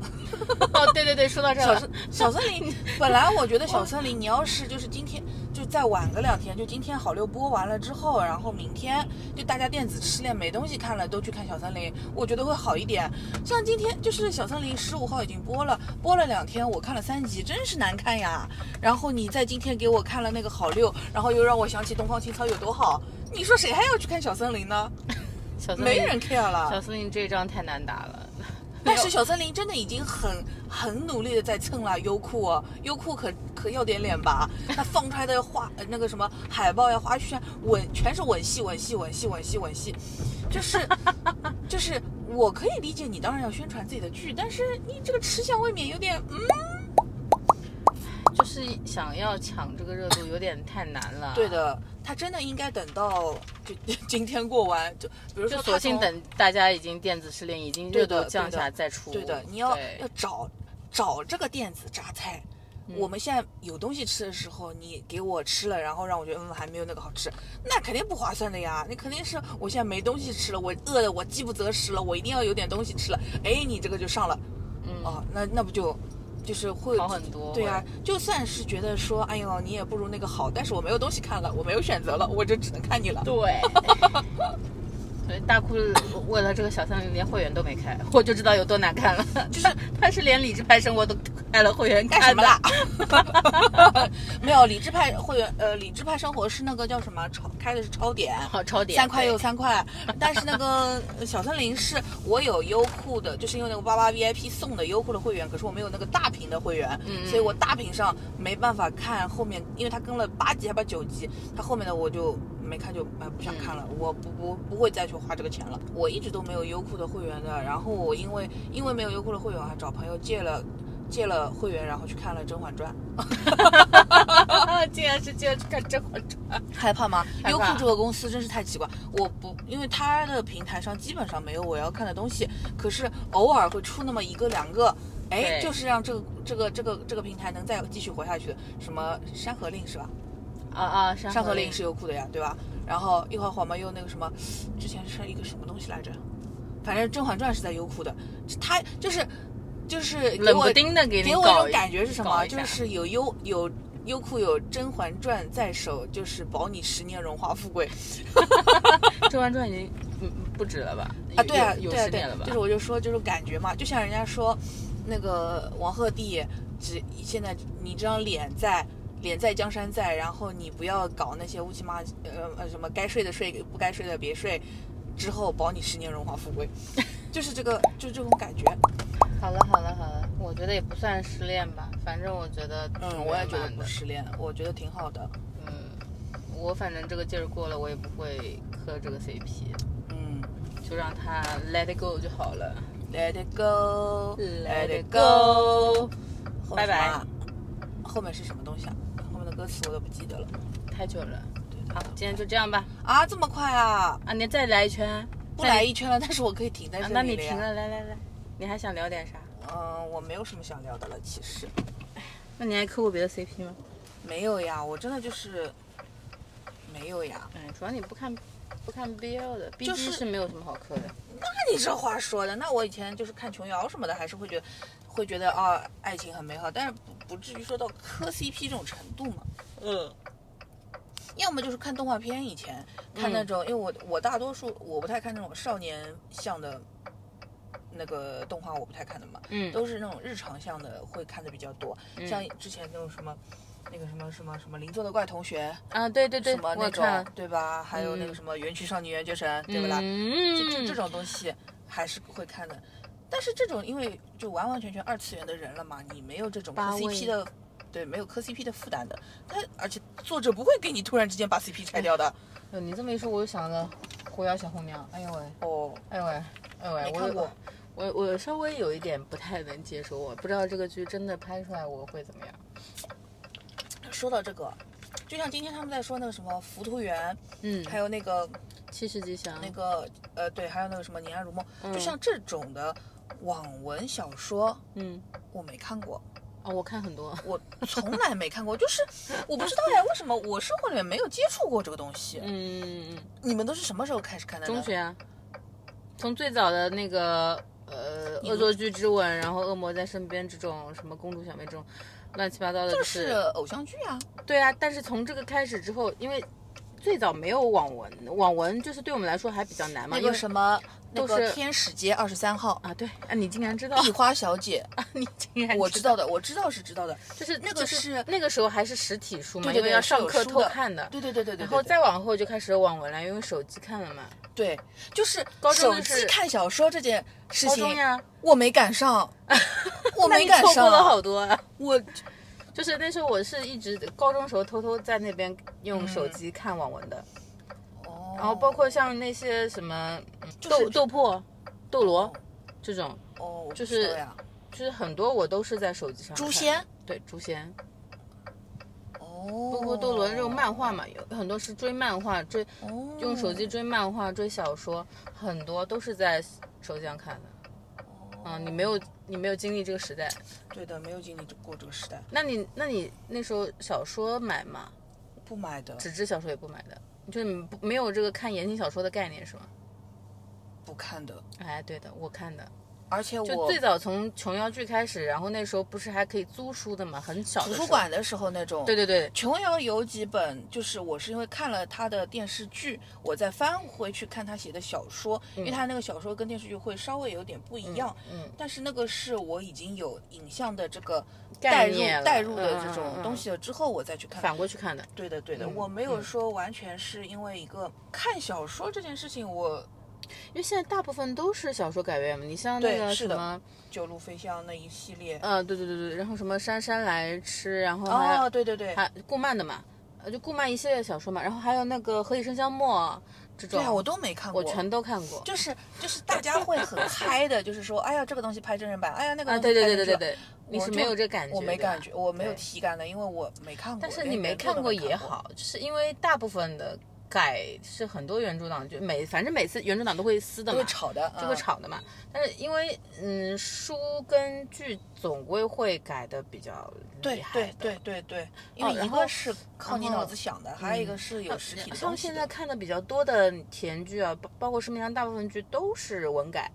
Speaker 2: 哦，对对对，说到这儿
Speaker 1: 小
Speaker 2: 了
Speaker 1: 森，小森
Speaker 2: <laughs>
Speaker 1: 林，本来我觉得小森林，你要是就是今天就再晚个两天，就今天好六播完了之后，然后明天就大家电子吃恋没东西看了，都去看小森林，我觉得会好一点。像今天就是小森林十五号已经播了，播了两天，我看了三集，真是难看呀。然后你在今天给我看了那个好六，然后又让我想起东方青草有多好，你说谁还要去看小森林呢？
Speaker 2: 小森林，
Speaker 1: 没人啊 care 了
Speaker 2: 小。森林这一仗太难打了。
Speaker 1: 但是小森林真的已经很很努力的在蹭了优酷哦，优酷可可要点
Speaker 2: <laughs>
Speaker 1: 脸吧？他放出来的花呃那个什么海报呀、花絮啊，吻全是吻戏、吻戏、吻戏、吻戏、吻戏，就是 <laughs> 就是我可以理解你当然要宣传自己的剧，但是你这个吃相未免有点嗯，
Speaker 2: 就是想要抢这个热度有点太难了。
Speaker 1: 对，的，他真的应该等到就 <laughs> 今天过完，就比如
Speaker 2: 就
Speaker 1: 说他
Speaker 2: 索性
Speaker 1: 从
Speaker 2: 等大家已经电子失恋，已经热
Speaker 1: 对的
Speaker 2: 度降
Speaker 1: 对的
Speaker 2: 下再出。
Speaker 1: 对的，你要
Speaker 2: 对
Speaker 1: 要找找这个电子榨菜，
Speaker 2: 嗯
Speaker 1: 我们现在有东西吃的时候，你给我吃了，然后让我觉得嗯还没有那个好吃，那肯定不划算的呀。那肯定是我现在没东西吃了，我饿的我饥不择食了，我一定要有点东西吃了。哎，你这个就上了，
Speaker 2: 嗯
Speaker 1: 哦，那那不就就是会
Speaker 2: 好很多
Speaker 1: 对啊，就算是觉得说，哎呦你也不如那个好，但是我没有东西看了，我没有选择了，我就只能看你了。
Speaker 2: 对。所以大哭为了这个小三连会员都没开，我就知道有多难看了。就是他是连《理智派生活》都开了会员
Speaker 1: 干
Speaker 2: 看
Speaker 1: 什么
Speaker 2: 的，
Speaker 1: 啦？ <laughs> 没有，理智派会员，呃，理智派生活是那个叫什么超开的是超点，
Speaker 2: 好超点
Speaker 1: 三块又三块。但是那个呃小森林是我有优酷的，就是因为那个八八 VIP 送的优酷的会员，可是我没有那个大屏的会员，
Speaker 2: 嗯
Speaker 1: 所以我大屏上没办法看后面，因为它更了八集还不九集，它后面的我就。没看就哎不想看了，我不不不会再去花这个钱了。我一直都没有优酷的会员的，然后我因为因为没有优酷的会员，我还找朋友借了借了会员，然后去看了《甄嬛传》。
Speaker 2: 竟然是竟然去看《甄嬛传》。
Speaker 1: 害怕吗？
Speaker 2: 害怕
Speaker 1: 优酷这个公司真是太奇怪，我不，因为它的平台上基本上没有我要看的东西，可是偶尔会出那么一个两个，哎，
Speaker 2: 对
Speaker 1: 就是让这个这个这个这个平台能再继续活下去的。什么《山河令》是吧？
Speaker 2: 啊啊，
Speaker 1: 《
Speaker 2: 山
Speaker 1: 山河令
Speaker 2: 令》
Speaker 1: 是优酷的呀，对吧？然后一会儿黄嘛又那个什么，之前是一个什么东西来着？反正《甄嬛传》是在优酷的，它就是就是给
Speaker 2: 冷
Speaker 1: 我
Speaker 2: 不丁的给你
Speaker 1: 给我一
Speaker 2: 搞
Speaker 1: 种感觉是什
Speaker 2: 搞
Speaker 1: 么？
Speaker 2: 一
Speaker 1: 就
Speaker 2: 下
Speaker 1: 是有优有优酷有《甄嬛传》在手，就是保你十年荣华富贵
Speaker 2: 《甄嬛传》已经嗯不止了吧？
Speaker 1: 啊！对啊，
Speaker 2: 有
Speaker 1: 对
Speaker 2: 有
Speaker 1: 啊，
Speaker 2: 十
Speaker 1: 对
Speaker 2: 年
Speaker 1: 啊
Speaker 2: 了，吧？
Speaker 1: 就是我就说就是感觉嘛，就像人家说那个王鹤棣，只现在你这张脸在。脸在江山在，然后你不要搞那些乌七八呃呃什么该睡的睡，不该睡的别睡，之后保你十年荣华富
Speaker 2: <laughs>
Speaker 1: 贵，就是这个就这种感觉。
Speaker 2: 好了好了好了，我觉得也不算失恋吧，反正我觉得
Speaker 1: 嗯，我也觉得不
Speaker 2: 是。
Speaker 1: 失恋，我觉得挺好的。
Speaker 2: 嗯，我反正这个劲儿过了，我也不会磕这个 CP，
Speaker 1: 嗯。
Speaker 2: 就让他 let it go 就好了。
Speaker 1: Let it go, let it go。
Speaker 2: go，
Speaker 1: 后
Speaker 2: 拜
Speaker 1: 面
Speaker 2: 拜
Speaker 1: 什么啊。后面是什么东西啊？后面的歌词我都不记得了。
Speaker 2: 太久了。
Speaker 1: 对
Speaker 2: 好，今天就这样吧。
Speaker 1: 啊，这么快啊！
Speaker 2: 啊，你再来一圈。
Speaker 1: 不来一圈了，但是我可以停在
Speaker 2: 那
Speaker 1: 这
Speaker 2: 你
Speaker 1: 里、
Speaker 2: 啊，那你停。了，来来来，你还想聊点啥？
Speaker 1: 嗯、我没有什么想聊的了，其实
Speaker 2: 那你还磕过别的 CP 吗？
Speaker 1: 没有呀，我真的就是没有呀。
Speaker 2: 哎，主要你不看不看 BL 的，BG
Speaker 1: 就是
Speaker 2: 是没有什么好磕的。
Speaker 1: 那你这话说的，那我以前就是看琼瑶什么的，还是会觉得会觉得啊、爱情很美好，但是不不至于说到磕 CP 这种程度嘛。
Speaker 2: 嗯，
Speaker 1: 要么就是看动画片，以前看
Speaker 2: 嗯
Speaker 1: 那种，因为我我大多数我不太看那种少年向的，那个动画我不太看的嘛，
Speaker 2: 嗯
Speaker 1: 都是那种日常向的会看的比较多，
Speaker 2: 嗯
Speaker 1: 像之前那种什么。那个什么什么什么邻座的怪同学，
Speaker 2: 啊，对对对，
Speaker 1: 什么
Speaker 2: 我
Speaker 1: 那
Speaker 2: 也看
Speaker 1: 种
Speaker 2: 了，
Speaker 1: 对吧？还有那个
Speaker 2: 嗯
Speaker 1: 什么园区少女研究生，对不啦？
Speaker 2: 嗯，
Speaker 1: 这这这种东西还是会看的，但是这种因为就完完全全二次元的人了嘛，你没有这种磕
Speaker 2: 八位
Speaker 1: CP 的，对，没有磕 CP 的负担的。他而且作者不会给你突然之间把 CP 拆掉的。
Speaker 2: 哎你这么一说，我又想到《狐妖小红娘》。哎呦喂，
Speaker 1: 哦，
Speaker 2: 哎呦喂，哎呦喂，
Speaker 1: 没
Speaker 2: 我
Speaker 1: 看过，
Speaker 2: 我我稍微有一点不太能接受，我不知道这个剧真的拍出来我会怎么样。
Speaker 1: 说到这个，就像今天他们在说那个什么浮屠缘，
Speaker 2: 嗯，
Speaker 1: 还有那个
Speaker 2: 七十吉祥
Speaker 1: 那个呃，对，还有那个什么《宁安如梦》，就
Speaker 2: 嗯
Speaker 1: 像这种的网文小说，
Speaker 2: 嗯，
Speaker 1: 我没看过。
Speaker 2: 哦，我看很多，
Speaker 1: 我从来没看过，就是我不知道呀，为什么我生活里面没有接触过这个东西？
Speaker 2: 嗯，
Speaker 1: 你们都是什么时候开始看的呢？
Speaker 2: 中学啊，从最早的那个呃《
Speaker 1: 你
Speaker 2: 恶
Speaker 1: 们
Speaker 2: 作剧之吻》，然后《恶魔在身边》这种什么公主小妹这种乱七八糟的，
Speaker 1: 就
Speaker 2: 就是
Speaker 1: 偶像剧啊，
Speaker 2: 对啊，但是从这个开始之后，因为最早没有网文，网文就是对我们来说还比较难嘛，
Speaker 1: 那
Speaker 2: 因
Speaker 1: 个
Speaker 2: 为
Speaker 1: 什么那
Speaker 2: 都
Speaker 1: 个
Speaker 2: 是
Speaker 1: 天使街二十三号。
Speaker 2: 啊，对啊，你竟然知道，
Speaker 1: 壁花
Speaker 2: <laughs>
Speaker 1: 小姐，
Speaker 2: 你竟然
Speaker 1: 我知道的，我知道是知道的。
Speaker 2: 就是
Speaker 1: 那个
Speaker 2: 就是那个时候还是实体书嘛，
Speaker 1: 对对
Speaker 2: 因为
Speaker 1: 对
Speaker 2: 要
Speaker 1: 是
Speaker 2: 上
Speaker 1: 有
Speaker 2: 课
Speaker 1: 书
Speaker 2: 偷
Speaker 1: 的
Speaker 2: 看的。
Speaker 1: 对对对对对。
Speaker 2: 然后
Speaker 1: 对
Speaker 2: 再往后就开始有网文了，因为手机看了嘛。
Speaker 1: 对，就是
Speaker 2: 高中
Speaker 1: 手
Speaker 2: 就
Speaker 1: 机
Speaker 2: 是
Speaker 1: 看小说这件事
Speaker 2: 高中
Speaker 1: 情，
Speaker 2: 呀，
Speaker 1: 我没
Speaker 2: <laughs>
Speaker 1: 赶上，我
Speaker 2: 那
Speaker 1: 没
Speaker 2: 你
Speaker 1: 赶
Speaker 2: 错
Speaker 1: 上
Speaker 2: 过了
Speaker 1: 啊。
Speaker 2: 好多、啊。
Speaker 1: 我
Speaker 2: 就是那时候我是一直高中时候偷偷在那边用手机看网文的，
Speaker 1: 嗯哦，
Speaker 2: 然后包括像那些什么嗯
Speaker 1: 就是
Speaker 2: 斗斗破、斗罗这种，
Speaker 1: 哦，我不
Speaker 2: 就是
Speaker 1: 知道呀
Speaker 2: 就是很多我都是在手机上看的。
Speaker 1: 诛仙
Speaker 2: 对诛仙，
Speaker 1: 哦，
Speaker 2: 包括斗罗这种漫画嘛，有很多是追漫画追。
Speaker 1: 哦，
Speaker 2: 用手机追漫画、追小说，很多都是在手机上看的。嗯，你没有你没有经历这个时代。
Speaker 1: 对的，没有经历过这个时代，
Speaker 2: 那你那你那时候小说买吗？
Speaker 1: 不买的，
Speaker 2: 纸质小说也不买的，就是你不没有这个看言情小说的概念是吗？
Speaker 1: 不看的。
Speaker 2: 哎，对的，我看的，
Speaker 1: 而且
Speaker 2: 就
Speaker 1: 我
Speaker 2: 最早从琼瑶剧开始，然后那时候不是还可以租书的嘛，很小的
Speaker 1: 图
Speaker 2: 时
Speaker 1: 书
Speaker 2: 候。
Speaker 1: 馆的时候那种，
Speaker 2: 对对对，
Speaker 1: 琼瑶有几本，就是我是因为看了她的电视剧，我再翻回去看她写的小说，因为她那个小说跟电视剧会稍微有点不一样。
Speaker 2: 嗯，
Speaker 1: 但是那个是我已经有影像的这个代
Speaker 2: 概
Speaker 1: 入
Speaker 2: 念了
Speaker 1: 代入的这
Speaker 2: 嗯嗯
Speaker 1: 种
Speaker 2: 嗯
Speaker 1: 东西了之后，我再去看。
Speaker 2: 反过去看的。
Speaker 1: 对的，对的，
Speaker 2: 嗯
Speaker 1: 我没有说完全是因为一个看小说这件事情，我
Speaker 2: 因为现在大部分都是小说改编嘛，你像那
Speaker 1: 对
Speaker 2: 个
Speaker 1: 是
Speaker 2: 什
Speaker 1: 的
Speaker 2: 么，
Speaker 1: 九路飞香那一系列。
Speaker 2: 呃，对对对对，然后什么姗姗来迟，然后还、
Speaker 1: 哦，对对对，
Speaker 2: 还顾漫的嘛，呃，就顾漫一系列小说嘛，然后还有那个《何以笙箫默》这种，
Speaker 1: 对啊，我都没看过，
Speaker 2: 我全都看过。
Speaker 1: 就是就是大家会很嗨的，就是说，哎呀，这个东西拍真人版，哎呀，那个
Speaker 2: 啊，
Speaker 1: 东
Speaker 2: 对
Speaker 1: 西
Speaker 2: 对
Speaker 1: 拍
Speaker 2: 对
Speaker 1: 真
Speaker 2: 对
Speaker 1: 人
Speaker 2: 对
Speaker 1: 版
Speaker 2: 对，你
Speaker 1: 我
Speaker 2: 是
Speaker 1: 就
Speaker 2: 没有这个感觉，
Speaker 1: 我没
Speaker 2: 对吧
Speaker 1: 感觉，我没有
Speaker 2: 对
Speaker 1: 体感的，因为我没看过。
Speaker 2: 但是
Speaker 1: 连
Speaker 2: 你没
Speaker 1: 原著
Speaker 2: 看
Speaker 1: 都
Speaker 2: 过
Speaker 1: 没
Speaker 2: 也好，就是因为大部分的改是很多原著党就每反正每次原著党都会撕的
Speaker 1: 过，
Speaker 2: 嘛
Speaker 1: 会，吵的，
Speaker 2: 就会
Speaker 1: 嗯。
Speaker 2: 吵的嘛。但是因为嗯，书跟剧总归会改的比较
Speaker 1: 对
Speaker 2: 厉害
Speaker 1: 对
Speaker 2: 的。
Speaker 1: 对对对，因
Speaker 2: 哦
Speaker 1: 为一
Speaker 2: 然后
Speaker 1: 个是靠你
Speaker 2: 然后嗯
Speaker 1: 脑子想的，还有一个是有实体的
Speaker 2: 呃像
Speaker 1: 东西
Speaker 2: 现在
Speaker 1: 的。
Speaker 2: 看的比较多的甜剧啊，包包括市面上大部分剧都是文改。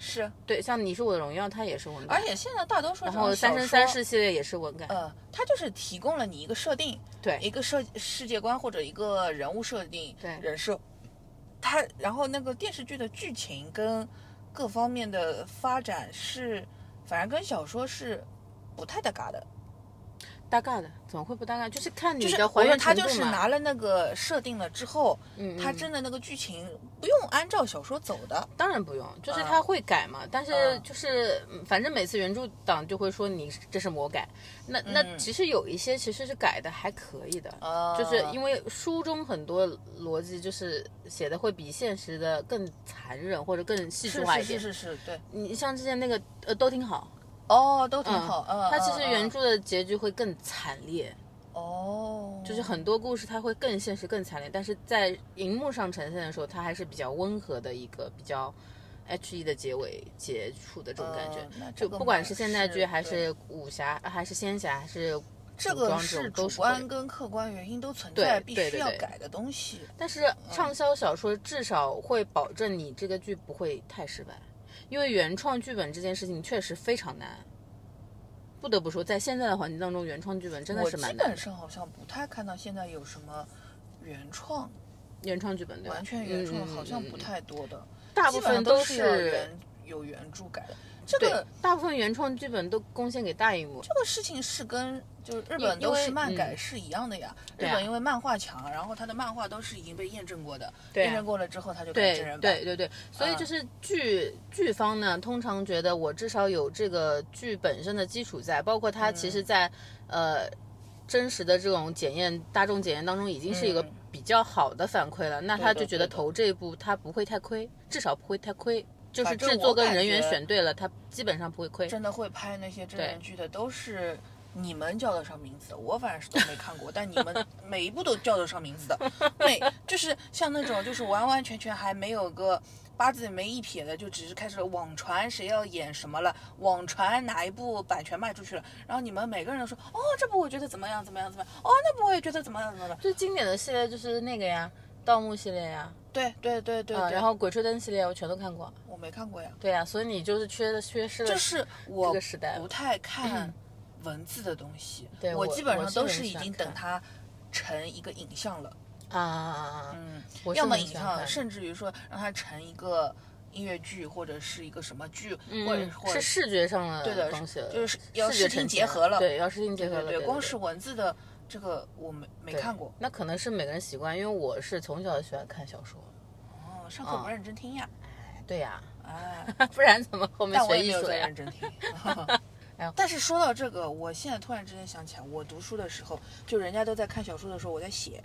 Speaker 1: 是，
Speaker 2: 对，像《你是我的荣耀》，它也是文改，
Speaker 1: 而且现在大多数
Speaker 2: 然
Speaker 1: 这
Speaker 2: 后《
Speaker 1: 种小
Speaker 2: 三
Speaker 1: 说
Speaker 2: 生三世》系列也是文改。
Speaker 1: 呃，它就是提供了你一个设定，
Speaker 2: 对
Speaker 1: 一个设世界观或者一个人物设定，
Speaker 2: 对
Speaker 1: 人设，它然后那个电视剧的剧情跟各方面的发展是，反正跟小说是不太搭嘎的，
Speaker 2: 大概的，怎么会不大概？就是看你
Speaker 1: 就是
Speaker 2: 的
Speaker 1: 我
Speaker 2: 还
Speaker 1: 说
Speaker 2: 原
Speaker 1: 他
Speaker 2: 程
Speaker 1: 就
Speaker 2: 度
Speaker 1: 是
Speaker 2: 嘛。
Speaker 1: 拿了那个设定了之后，
Speaker 2: 嗯，
Speaker 1: 他
Speaker 2: 嗯
Speaker 1: 真的那个剧情不用按照小说走的，
Speaker 2: 当然不用，就是
Speaker 1: 啊
Speaker 2: 他会改嘛，但是
Speaker 1: 啊
Speaker 2: 就是嗯反正每次原著党就会说你这是魔改，那那
Speaker 1: 嗯
Speaker 2: 其实有一些其实是改的还可以的，就是
Speaker 1: 呃
Speaker 2: 因为书中很多逻辑就是写的会比现实的更残忍或者更戏剧
Speaker 1: 是
Speaker 2: 化一
Speaker 1: 是
Speaker 2: 点
Speaker 1: 是。是是，对，
Speaker 2: 你像之前那个呃都挺好，
Speaker 1: 哦，都挺好，嗯，
Speaker 2: 它其实
Speaker 1: 嗯
Speaker 2: 原
Speaker 1: 嗯
Speaker 2: 著的结局会更惨烈，
Speaker 1: 哦，
Speaker 2: 就是很多故事它会更现实更惨烈，但是在荧幕上呈现的时候，它还是比较温和的一个比较 H E 的结尾结束的这种感觉。
Speaker 1: 嗯那这
Speaker 2: 就
Speaker 1: 个
Speaker 2: 不管
Speaker 1: 嘛
Speaker 2: 是现代剧
Speaker 1: 是
Speaker 2: 还
Speaker 1: 对
Speaker 2: 是武侠，呃还是仙侠，还是
Speaker 1: 这
Speaker 2: 古
Speaker 1: 个
Speaker 2: 装这
Speaker 1: 是
Speaker 2: 种都
Speaker 1: 主
Speaker 2: 是会
Speaker 1: 观跟客观原因都存在，
Speaker 2: 对
Speaker 1: 必
Speaker 2: 对
Speaker 1: 须
Speaker 2: 对
Speaker 1: 要
Speaker 2: 对
Speaker 1: 改的东西。
Speaker 2: 但是畅销小说至少会保证你这个剧不会太失败，因为原创剧本这件事情确实非常难。不得不说，在现在的环境当中，原创剧本真的
Speaker 1: 我
Speaker 2: 是
Speaker 1: 基
Speaker 2: 蛮难
Speaker 1: 本
Speaker 2: 的。
Speaker 1: 上好像不太看到现在有什么原创，
Speaker 2: 原创剧本对吧？
Speaker 1: 完全原创
Speaker 2: 嗯
Speaker 1: 好像不，
Speaker 2: 嗯嗯
Speaker 1: 太多的，
Speaker 2: 嗯大部
Speaker 1: 基本
Speaker 2: 分
Speaker 1: 上都要
Speaker 2: 是
Speaker 1: 原有原著改的。这
Speaker 2: 对
Speaker 1: 个，
Speaker 2: 大部分原创剧本都贡献给大荧幕。
Speaker 1: 这个事情是跟就是日
Speaker 2: 因
Speaker 1: 本都
Speaker 2: 因为
Speaker 1: 是漫改
Speaker 2: 嗯
Speaker 1: 是一样的呀。日
Speaker 2: 对啊
Speaker 1: 本因为漫画强，然后它的漫画都是已经被验证过的，
Speaker 2: 对啊
Speaker 1: 验证过了之后它就改
Speaker 2: 对
Speaker 1: 真人版。
Speaker 2: 对对对，所以就是剧、剧方呢，通常觉得我至少有这个剧本身的基础在，包括它其实在、呃真实的这种检验、大众检验当中，已经是一个
Speaker 1: 嗯
Speaker 2: 比较好的反馈了。那他
Speaker 1: 对
Speaker 2: 就
Speaker 1: 的
Speaker 2: 觉得
Speaker 1: 对的
Speaker 2: 投这一步他不会太亏，至少不会太亏。就是
Speaker 1: 反正
Speaker 2: 制
Speaker 1: 我
Speaker 2: 作跟
Speaker 1: 感
Speaker 2: 人员
Speaker 1: 觉
Speaker 2: 选对了，他基本上不会亏。
Speaker 1: 真的会拍那些真
Speaker 2: 对
Speaker 1: 人剧的都是你们叫得上名字的，我反正是都没看过，但你
Speaker 2: <laughs>
Speaker 1: 们每一部都叫得上名字的，每就是像那种就是完完全全还没有个。八字里没一撇的，就只是开始网传谁要演什么了，网传哪一部版权卖出去了，然后你们每个人都说，哦，这部我觉得怎么样怎么样怎么样，哦，那部我也觉得怎么样怎么样，
Speaker 2: 最经典的系列就是那个呀，盗墓系列呀，
Speaker 1: 对对对对
Speaker 2: 啊、
Speaker 1: 对
Speaker 2: 然后鬼吹灯系列我全都看过。
Speaker 1: 我没看过呀，
Speaker 2: 对呀、所以你就是缺缺失了。
Speaker 1: 就是我
Speaker 2: 这个时代了
Speaker 1: 不太看文字的东西，
Speaker 2: 对
Speaker 1: 我
Speaker 2: 我
Speaker 1: 基本
Speaker 2: 我
Speaker 1: 上
Speaker 2: 是
Speaker 1: 都
Speaker 2: 很
Speaker 1: 是
Speaker 2: 喜
Speaker 1: 已
Speaker 2: 欢
Speaker 1: 经
Speaker 2: 看
Speaker 1: 等它成一个影像了，
Speaker 2: 啊啊啊啊！
Speaker 1: 嗯，
Speaker 2: 我是
Speaker 1: 要么
Speaker 2: 很
Speaker 1: 影
Speaker 2: 喜欢看
Speaker 1: 像，
Speaker 2: 的
Speaker 1: 甚至于说让它成一个音乐剧或者是一个什么剧，或者
Speaker 2: 嗯，
Speaker 1: 或
Speaker 2: 是
Speaker 1: 者
Speaker 2: 视觉上的
Speaker 1: 对的
Speaker 2: 东西了，
Speaker 1: 就是要
Speaker 2: 视觉
Speaker 1: 视听
Speaker 2: 呈
Speaker 1: 结
Speaker 2: 现
Speaker 1: 合了
Speaker 2: 对，要视听结
Speaker 1: 对
Speaker 2: 合了，
Speaker 1: 对
Speaker 2: 对，
Speaker 1: 光
Speaker 2: 对
Speaker 1: 是文字的这个我没没
Speaker 2: 对
Speaker 1: 看过，
Speaker 2: 那可能是每个人习惯，因为我是从小就喜欢看小说，
Speaker 1: 哦，上课不
Speaker 2: 嗯
Speaker 1: 认真听呀，
Speaker 2: 对呀、 <laughs>
Speaker 1: 哎。
Speaker 2: 不然怎么后面
Speaker 1: 但我
Speaker 2: 学
Speaker 1: 也没
Speaker 2: 艺
Speaker 1: 有
Speaker 2: 术
Speaker 1: 在
Speaker 2: 呀
Speaker 1: 认？真听
Speaker 2: <laughs> 哎呦。
Speaker 1: 但是说到这个，我现在突然之间想起来，我读书的时候，就人家都在看小说的时候，我在写，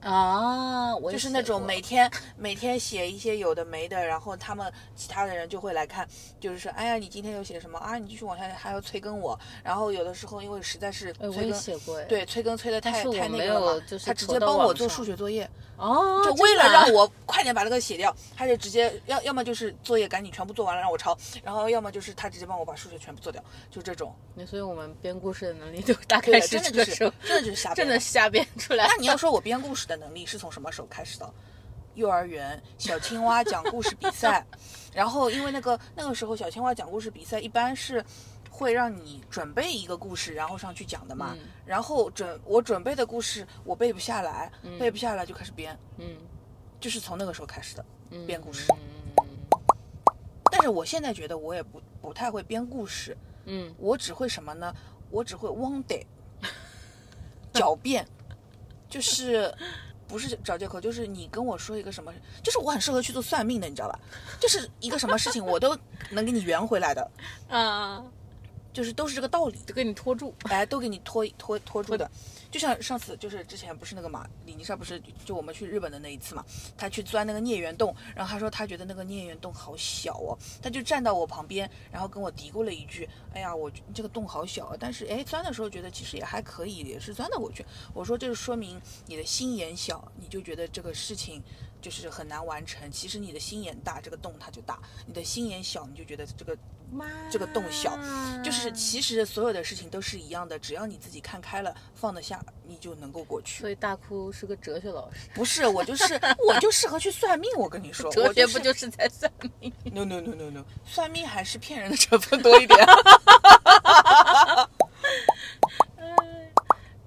Speaker 2: 啊，我也
Speaker 1: 就是
Speaker 2: 写
Speaker 1: 那种
Speaker 2: 过
Speaker 1: 每天每天写一些有的没的，然后他们其他的人就会来看，就是说，哎呀，你今天又写什么啊？你继续往下还要催更我。然后有的时候因为实在是
Speaker 2: 哎，我
Speaker 1: 催
Speaker 2: 也
Speaker 1: 更，
Speaker 2: 写过哎，
Speaker 1: 对催更催的太
Speaker 2: 是我
Speaker 1: 太那
Speaker 2: 没
Speaker 1: 个了
Speaker 2: 有
Speaker 1: 嘛
Speaker 2: 就是
Speaker 1: 他直
Speaker 2: 投
Speaker 1: 接
Speaker 2: 到
Speaker 1: 帮我
Speaker 2: 网
Speaker 1: 做
Speaker 2: 上
Speaker 1: 数学作业，
Speaker 2: 哦，
Speaker 1: 就
Speaker 2: 真
Speaker 1: 为了
Speaker 2: 的啊
Speaker 1: 让我快点把这个写掉，他就直接要要么就是作业赶紧全部做完了让我抄，然后要么就是他直接帮我把数学全部做掉，就这种。
Speaker 2: 那所以我们编故事的能力就大
Speaker 1: 对
Speaker 2: 概
Speaker 1: 的，
Speaker 2: 是
Speaker 1: 真
Speaker 2: 这个
Speaker 1: 的就
Speaker 2: 时
Speaker 1: 是
Speaker 2: 候，
Speaker 1: 真的就是瞎编
Speaker 2: 真的瞎编出来。
Speaker 1: 那你要说我编故事的能力是从什么时候开始的？幼儿园小青蛙讲故事比赛，然后因为那个那个时候小青蛙讲故事比赛一般是会让你准备一个故事，然后上去讲的嘛。
Speaker 2: 嗯
Speaker 1: 然后准我准备的故事我背不下来，背不下来就开始编，
Speaker 2: 嗯
Speaker 1: 就是从那个时候开始的
Speaker 2: 嗯
Speaker 1: 编故事。
Speaker 2: 嗯
Speaker 1: 但是我现在觉得我也不不太会编故事，
Speaker 2: 嗯，
Speaker 1: 我只会什么呢？我只会 wonder，狡辩，就是不是找借口，就是你跟我说一个什么，就是我很适合去做算命的，你知道吧？就是一个什么事情我都能给你圆回来的，
Speaker 2: 啊，
Speaker 1: 就是都是这个道理，
Speaker 2: 就给你拖住。
Speaker 1: 哎，都给你拖拖拖住的。就像上次，就是之前不是那个嘛，李尼莎不是就我们去日本的那一次嘛，他去钻那个孽缘洞，然后他说他觉得那个孽缘洞好小哦，他就站到我旁边，然后跟我嘀咕了一句：“哎呀，我这个洞好小啊，但是哎，钻的时候觉得其实也还可以，也是钻得过去。”我说这就说明你的心眼小，你就觉得这个事情就是很难完成。其实你的心眼大，这个洞它就大；你的心眼小，你就觉得这个
Speaker 2: 妈，
Speaker 1: 这个洞小，
Speaker 2: 嗯
Speaker 1: 就是其实所有的事情都是一样的，只要你自己看开了，放得下，你就能够过去。
Speaker 2: 所以大哭是个哲学老师，
Speaker 1: 不是
Speaker 2: <laughs>
Speaker 1: 我就是我就适合去算命，我跟你说，
Speaker 2: 哲
Speaker 1: 我
Speaker 2: 学
Speaker 1: 是
Speaker 2: 不就是在算命？
Speaker 1: no no no no no，算命还是骗人的成分多一
Speaker 2: <laughs>
Speaker 1: 点。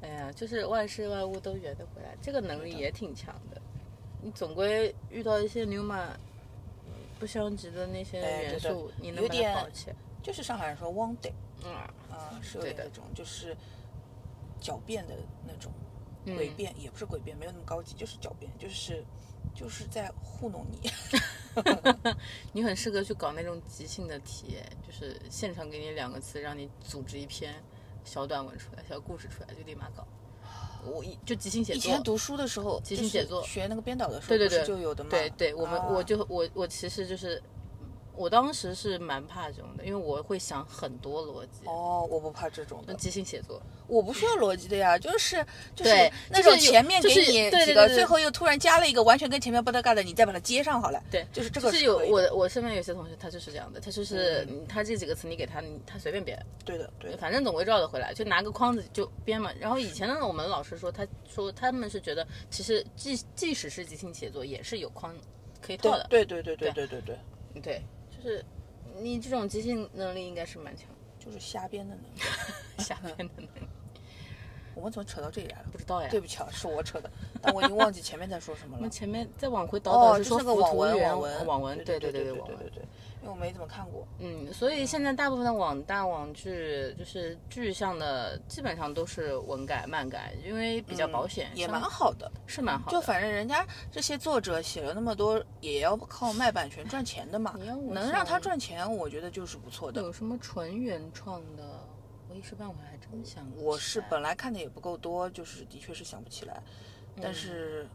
Speaker 2: 哎呀，就是万事万物都圆得回来，这个能力也挺强的。你总归遇到一些牛马不相及的那些
Speaker 1: 哎
Speaker 2: 元
Speaker 1: 对的
Speaker 2: 素，你能
Speaker 1: 有
Speaker 2: 把它
Speaker 1: 点
Speaker 2: 保起来。
Speaker 1: 就是上海人说 one day
Speaker 2: 嗯
Speaker 1: 啊、是有
Speaker 2: 对
Speaker 1: 点
Speaker 2: 的
Speaker 1: 那种就是狡辩的那种
Speaker 2: 嗯
Speaker 1: 诡辩，也不是诡辩，没有那么高级，就是狡辩，就是就是在糊弄你。
Speaker 2: 你很适合去搞那种即兴的题，就是现场给你两个词，让你组织一篇小短文出来、小故事出来，就立马搞。我一就即兴写
Speaker 1: 以
Speaker 2: 作
Speaker 1: 前，读书的时候，
Speaker 2: 即
Speaker 1: 就
Speaker 2: 兴
Speaker 1: 是
Speaker 2: 写作
Speaker 1: 学那个编导的时
Speaker 2: 对
Speaker 1: 候，
Speaker 2: 对
Speaker 1: 不是
Speaker 2: 对，
Speaker 1: 就有的嘛。
Speaker 2: 对对，我们、
Speaker 1: 啊
Speaker 2: 我就我我其实就是，我当时是蛮怕这种的，因为我会想很多逻辑。
Speaker 1: 哦，我不怕这种
Speaker 2: 那
Speaker 1: 的，
Speaker 2: 即兴写作，
Speaker 1: 我不需要逻辑的呀，就是就是
Speaker 2: 对
Speaker 1: 那
Speaker 2: 就是
Speaker 1: 种前面给
Speaker 2: 有
Speaker 1: 你
Speaker 2: 就是对对
Speaker 1: 几
Speaker 2: 对
Speaker 1: 个，
Speaker 2: 对
Speaker 1: 最后又突然加了一个完全跟前面不搭嘎的，你再把它接上好了。
Speaker 2: 对
Speaker 1: 就是这
Speaker 2: 就
Speaker 1: 个
Speaker 2: 是
Speaker 1: 是
Speaker 2: 有
Speaker 1: 可以
Speaker 2: 我
Speaker 1: 的
Speaker 2: 的我身边有些同学，他就是这样的，他就是、
Speaker 1: 嗯
Speaker 2: 他这几个词你给他，你他随便编，
Speaker 1: 对的对的，
Speaker 2: 反正总归绕得回来，就拿个框子就编嘛。然后以前呢，我们老师说，他说他们是觉得，其实即即使是即兴写作，也是有框可以套的。
Speaker 1: 对对对对对对对，
Speaker 2: 对就是你这种即兴能力应该是蛮强的，
Speaker 1: 就是瞎编的呢。
Speaker 2: 下面的 <laughs> 能力
Speaker 1: 我们怎么扯到这里来了？
Speaker 2: 不知道呀。
Speaker 1: 对不起啊，是我扯的，但我已经忘记前面在说什么
Speaker 2: 我
Speaker 1: 了
Speaker 2: 们。前面再往回倒
Speaker 1: 哦，
Speaker 2: 倒
Speaker 1: 就是
Speaker 2: 说
Speaker 1: 那个
Speaker 2: 浮
Speaker 1: 网
Speaker 2: 图
Speaker 1: 文，
Speaker 2: 源
Speaker 1: 网文，
Speaker 2: 网文，
Speaker 1: 对
Speaker 2: 对
Speaker 1: 对
Speaker 2: 对，
Speaker 1: 对
Speaker 2: 网文
Speaker 1: 对。对，因为我没怎么看过。
Speaker 2: 嗯，所以现在大部分的网大网剧就是剧向的，基本上都是文改、漫改，因为比较保险，
Speaker 1: 嗯也
Speaker 2: 像
Speaker 1: 蛮好的，
Speaker 2: 是蛮好的。
Speaker 1: 就反正人家这些作者写了那么多，也要靠卖版权赚钱的嘛
Speaker 2: 你要。哎我
Speaker 1: 能让他
Speaker 2: 想嗯
Speaker 1: 赚钱，我觉得就是不错的。
Speaker 2: 有什么纯原创的？我一时半会儿还真想不起来。
Speaker 1: 我是本来看的也不够多，就是的确是想不起来，但是，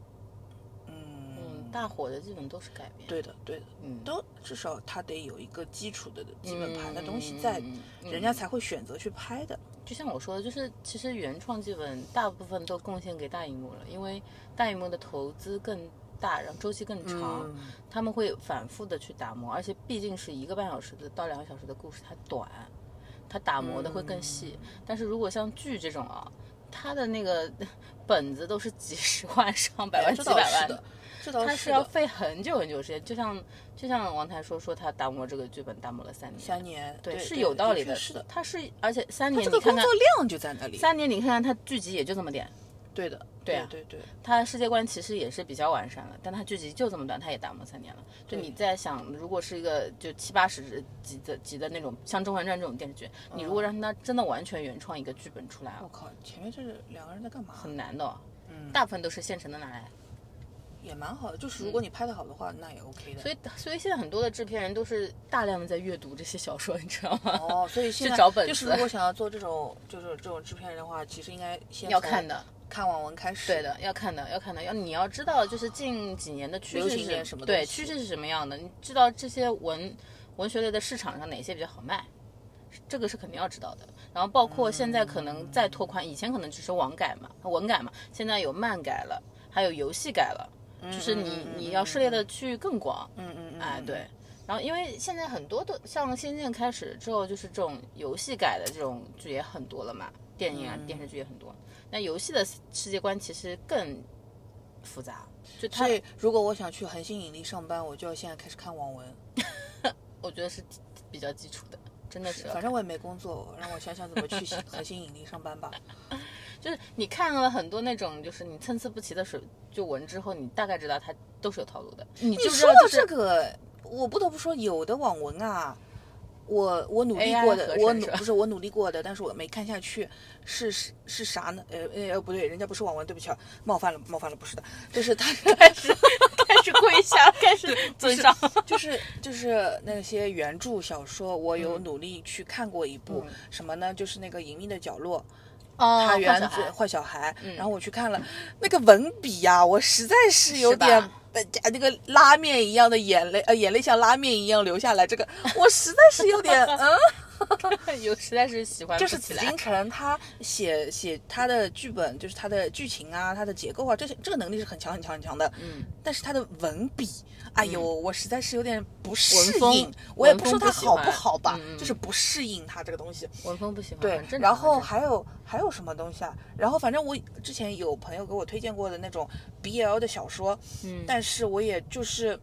Speaker 1: 嗯，
Speaker 2: 嗯，大火的基本都是改编，，
Speaker 1: 对的，对的，
Speaker 2: 嗯，
Speaker 1: 都至少他得有一个基础的基本盘的东西在，
Speaker 2: 嗯嗯
Speaker 1: 人家才会选择去拍的。
Speaker 2: 就像我说的，就是其实原创基本大部分都贡献给大荧幕了，因为大荧幕的投资更大，然后周期更长，
Speaker 1: 嗯
Speaker 2: 他们会反复的去打磨，而且毕竟是一个半小时的到两个小时的故事，它短，它打磨的会更细。
Speaker 1: 嗯
Speaker 2: 但是如果像剧这种啊，它的那个 <laughs> 本子都是几十万、 <laughs> 上百万、
Speaker 1: 哎这
Speaker 2: 几
Speaker 1: 倒
Speaker 2: 百
Speaker 1: 是
Speaker 2: 万
Speaker 1: 的，这倒
Speaker 2: 他
Speaker 1: 是
Speaker 2: 是要
Speaker 1: 的
Speaker 2: 费很久很久时间，就像就像王台说说他打磨这个剧本打磨了三年，
Speaker 1: 三年，对，
Speaker 2: 是
Speaker 1: 对
Speaker 2: 有道理
Speaker 1: 确是的。
Speaker 2: 他是而且三
Speaker 1: 他
Speaker 2: 年
Speaker 1: 这
Speaker 2: 你
Speaker 1: 个
Speaker 2: 看
Speaker 1: 工
Speaker 2: 看
Speaker 1: 作量就在那里，
Speaker 2: 三年你看看他剧集也就这么点，
Speaker 1: 对的，
Speaker 2: 对
Speaker 1: 对
Speaker 2: 啊
Speaker 1: 对对，
Speaker 2: 他世界观其实也是比较完善了，但他剧集就这么短，他也打磨三年了。就你在想，如果是一个就七八十集的集的那种像《甄嬛传》这种电视剧，你如果让他真的完全原创一个剧本出来
Speaker 1: 我
Speaker 2: 啊，
Speaker 1: 靠，前面这两个人在干嘛？
Speaker 2: 很难的哦。大部分都是现成的拿来。
Speaker 1: 也蛮好的，就是如果你拍的好的话，那也 OK
Speaker 2: 嗯
Speaker 1: 的。
Speaker 2: 所以，所以现在很多的制片人都是大量的在阅读这些小说，你知道吗？
Speaker 1: 哦，所以现在
Speaker 2: 去找本子
Speaker 1: 就是如果想要做这种就是这种制片人的话，其实应该先
Speaker 2: <laughs> 要
Speaker 1: 从
Speaker 2: 看的，
Speaker 1: 看网文开始。
Speaker 2: 对，的，要看的，要看的，要你要知道，就是近几年的趋
Speaker 1: 流
Speaker 2: 势
Speaker 1: 行
Speaker 2: 是
Speaker 1: 点什么
Speaker 2: 对
Speaker 1: 东西
Speaker 2: 趋势是什么样的，你知道这些文文学类的市场上哪些比较好卖，这个是肯定要知道的。然后包括现在可能再拓宽，以前可能只是网改嘛、文改嘛，现在有漫改了，还有游戏改了，就是你、
Speaker 1: 嗯嗯嗯
Speaker 2: 你要涉猎的区域更广。
Speaker 1: 嗯嗯嗯，
Speaker 2: 哎，对。然后，因为现在很多都像《仙剑》开始之后，就是这种游戏改的这种剧也很多了嘛，电影啊、
Speaker 1: 嗯
Speaker 2: 电视剧也很多。那游戏的世界观其实更复杂，就它
Speaker 1: 所以如果我想去恒星引力上班，我就要现在开始看网文。
Speaker 2: 我觉得是比较基础的，真的是要
Speaker 1: 反正我也没工作，让我想想怎么
Speaker 2: <laughs>
Speaker 1: 去恒星引力上班吧。
Speaker 2: 就是你看了很多那种就是你参差不齐的水就文之后，你大概知道它都是有套路的。你就
Speaker 1: 你
Speaker 2: 知
Speaker 1: 说
Speaker 2: 道
Speaker 1: 到
Speaker 2: 就是
Speaker 1: 这个，我不得不说，有的网文啊，我我努力
Speaker 2: AI
Speaker 1: 过的
Speaker 2: 合，成
Speaker 1: 我
Speaker 2: 是
Speaker 1: 努
Speaker 2: 吧
Speaker 1: 不是我努力过的，但是我没看下去，是是是啥呢？呃呃不对，人家不是网文，对不起啊，冒犯了冒犯了，不是的，就
Speaker 2: <laughs>
Speaker 1: 是他
Speaker 2: 开始跪
Speaker 1: <laughs>
Speaker 2: 下，开始尊上。
Speaker 1: 就是就是那些原著小说，我有努力去看过一部、
Speaker 2: 嗯
Speaker 1: 什么呢？就是那个《隐秘的角落》，
Speaker 2: <laughs> 哦
Speaker 1: 他原
Speaker 2: 换小
Speaker 1: 子
Speaker 2: 孩嗯
Speaker 1: 坏小孩，然后我去看了那个文笔呀、我实在是有
Speaker 2: 是吧
Speaker 1: 点呃加那个拉面一样的眼泪，呃，眼泪像拉面一样流下
Speaker 2: <laughs>
Speaker 1: 来。这个我实在是有点，嗯，
Speaker 2: 有实在是喜欢
Speaker 1: 就是
Speaker 2: 不起
Speaker 1: 紫
Speaker 2: 来
Speaker 1: 金。城他写写他的剧本，就是他的剧情啊，他的结构啊，这些这个能力是很强很强很强的。
Speaker 2: 嗯，
Speaker 1: 但是他的文笔，哎呦，我实在是有点不
Speaker 2: 文
Speaker 1: 适
Speaker 2: 风
Speaker 1: 应。我也
Speaker 2: 文
Speaker 1: 不
Speaker 2: 风
Speaker 1: 说
Speaker 2: 不
Speaker 1: 他
Speaker 2: 喜
Speaker 1: 好
Speaker 2: 欢
Speaker 1: 不好吧，
Speaker 2: 嗯嗯
Speaker 1: 就是不适应他这个东西。
Speaker 2: 文风不喜欢，
Speaker 1: 对
Speaker 2: 很，正常啊
Speaker 1: 然后
Speaker 2: 很正常
Speaker 1: 还有还有什么东西啊？然后反正我之前有朋友给我推荐过的那种 BL 的小说，
Speaker 2: 嗯
Speaker 1: 但是我也就是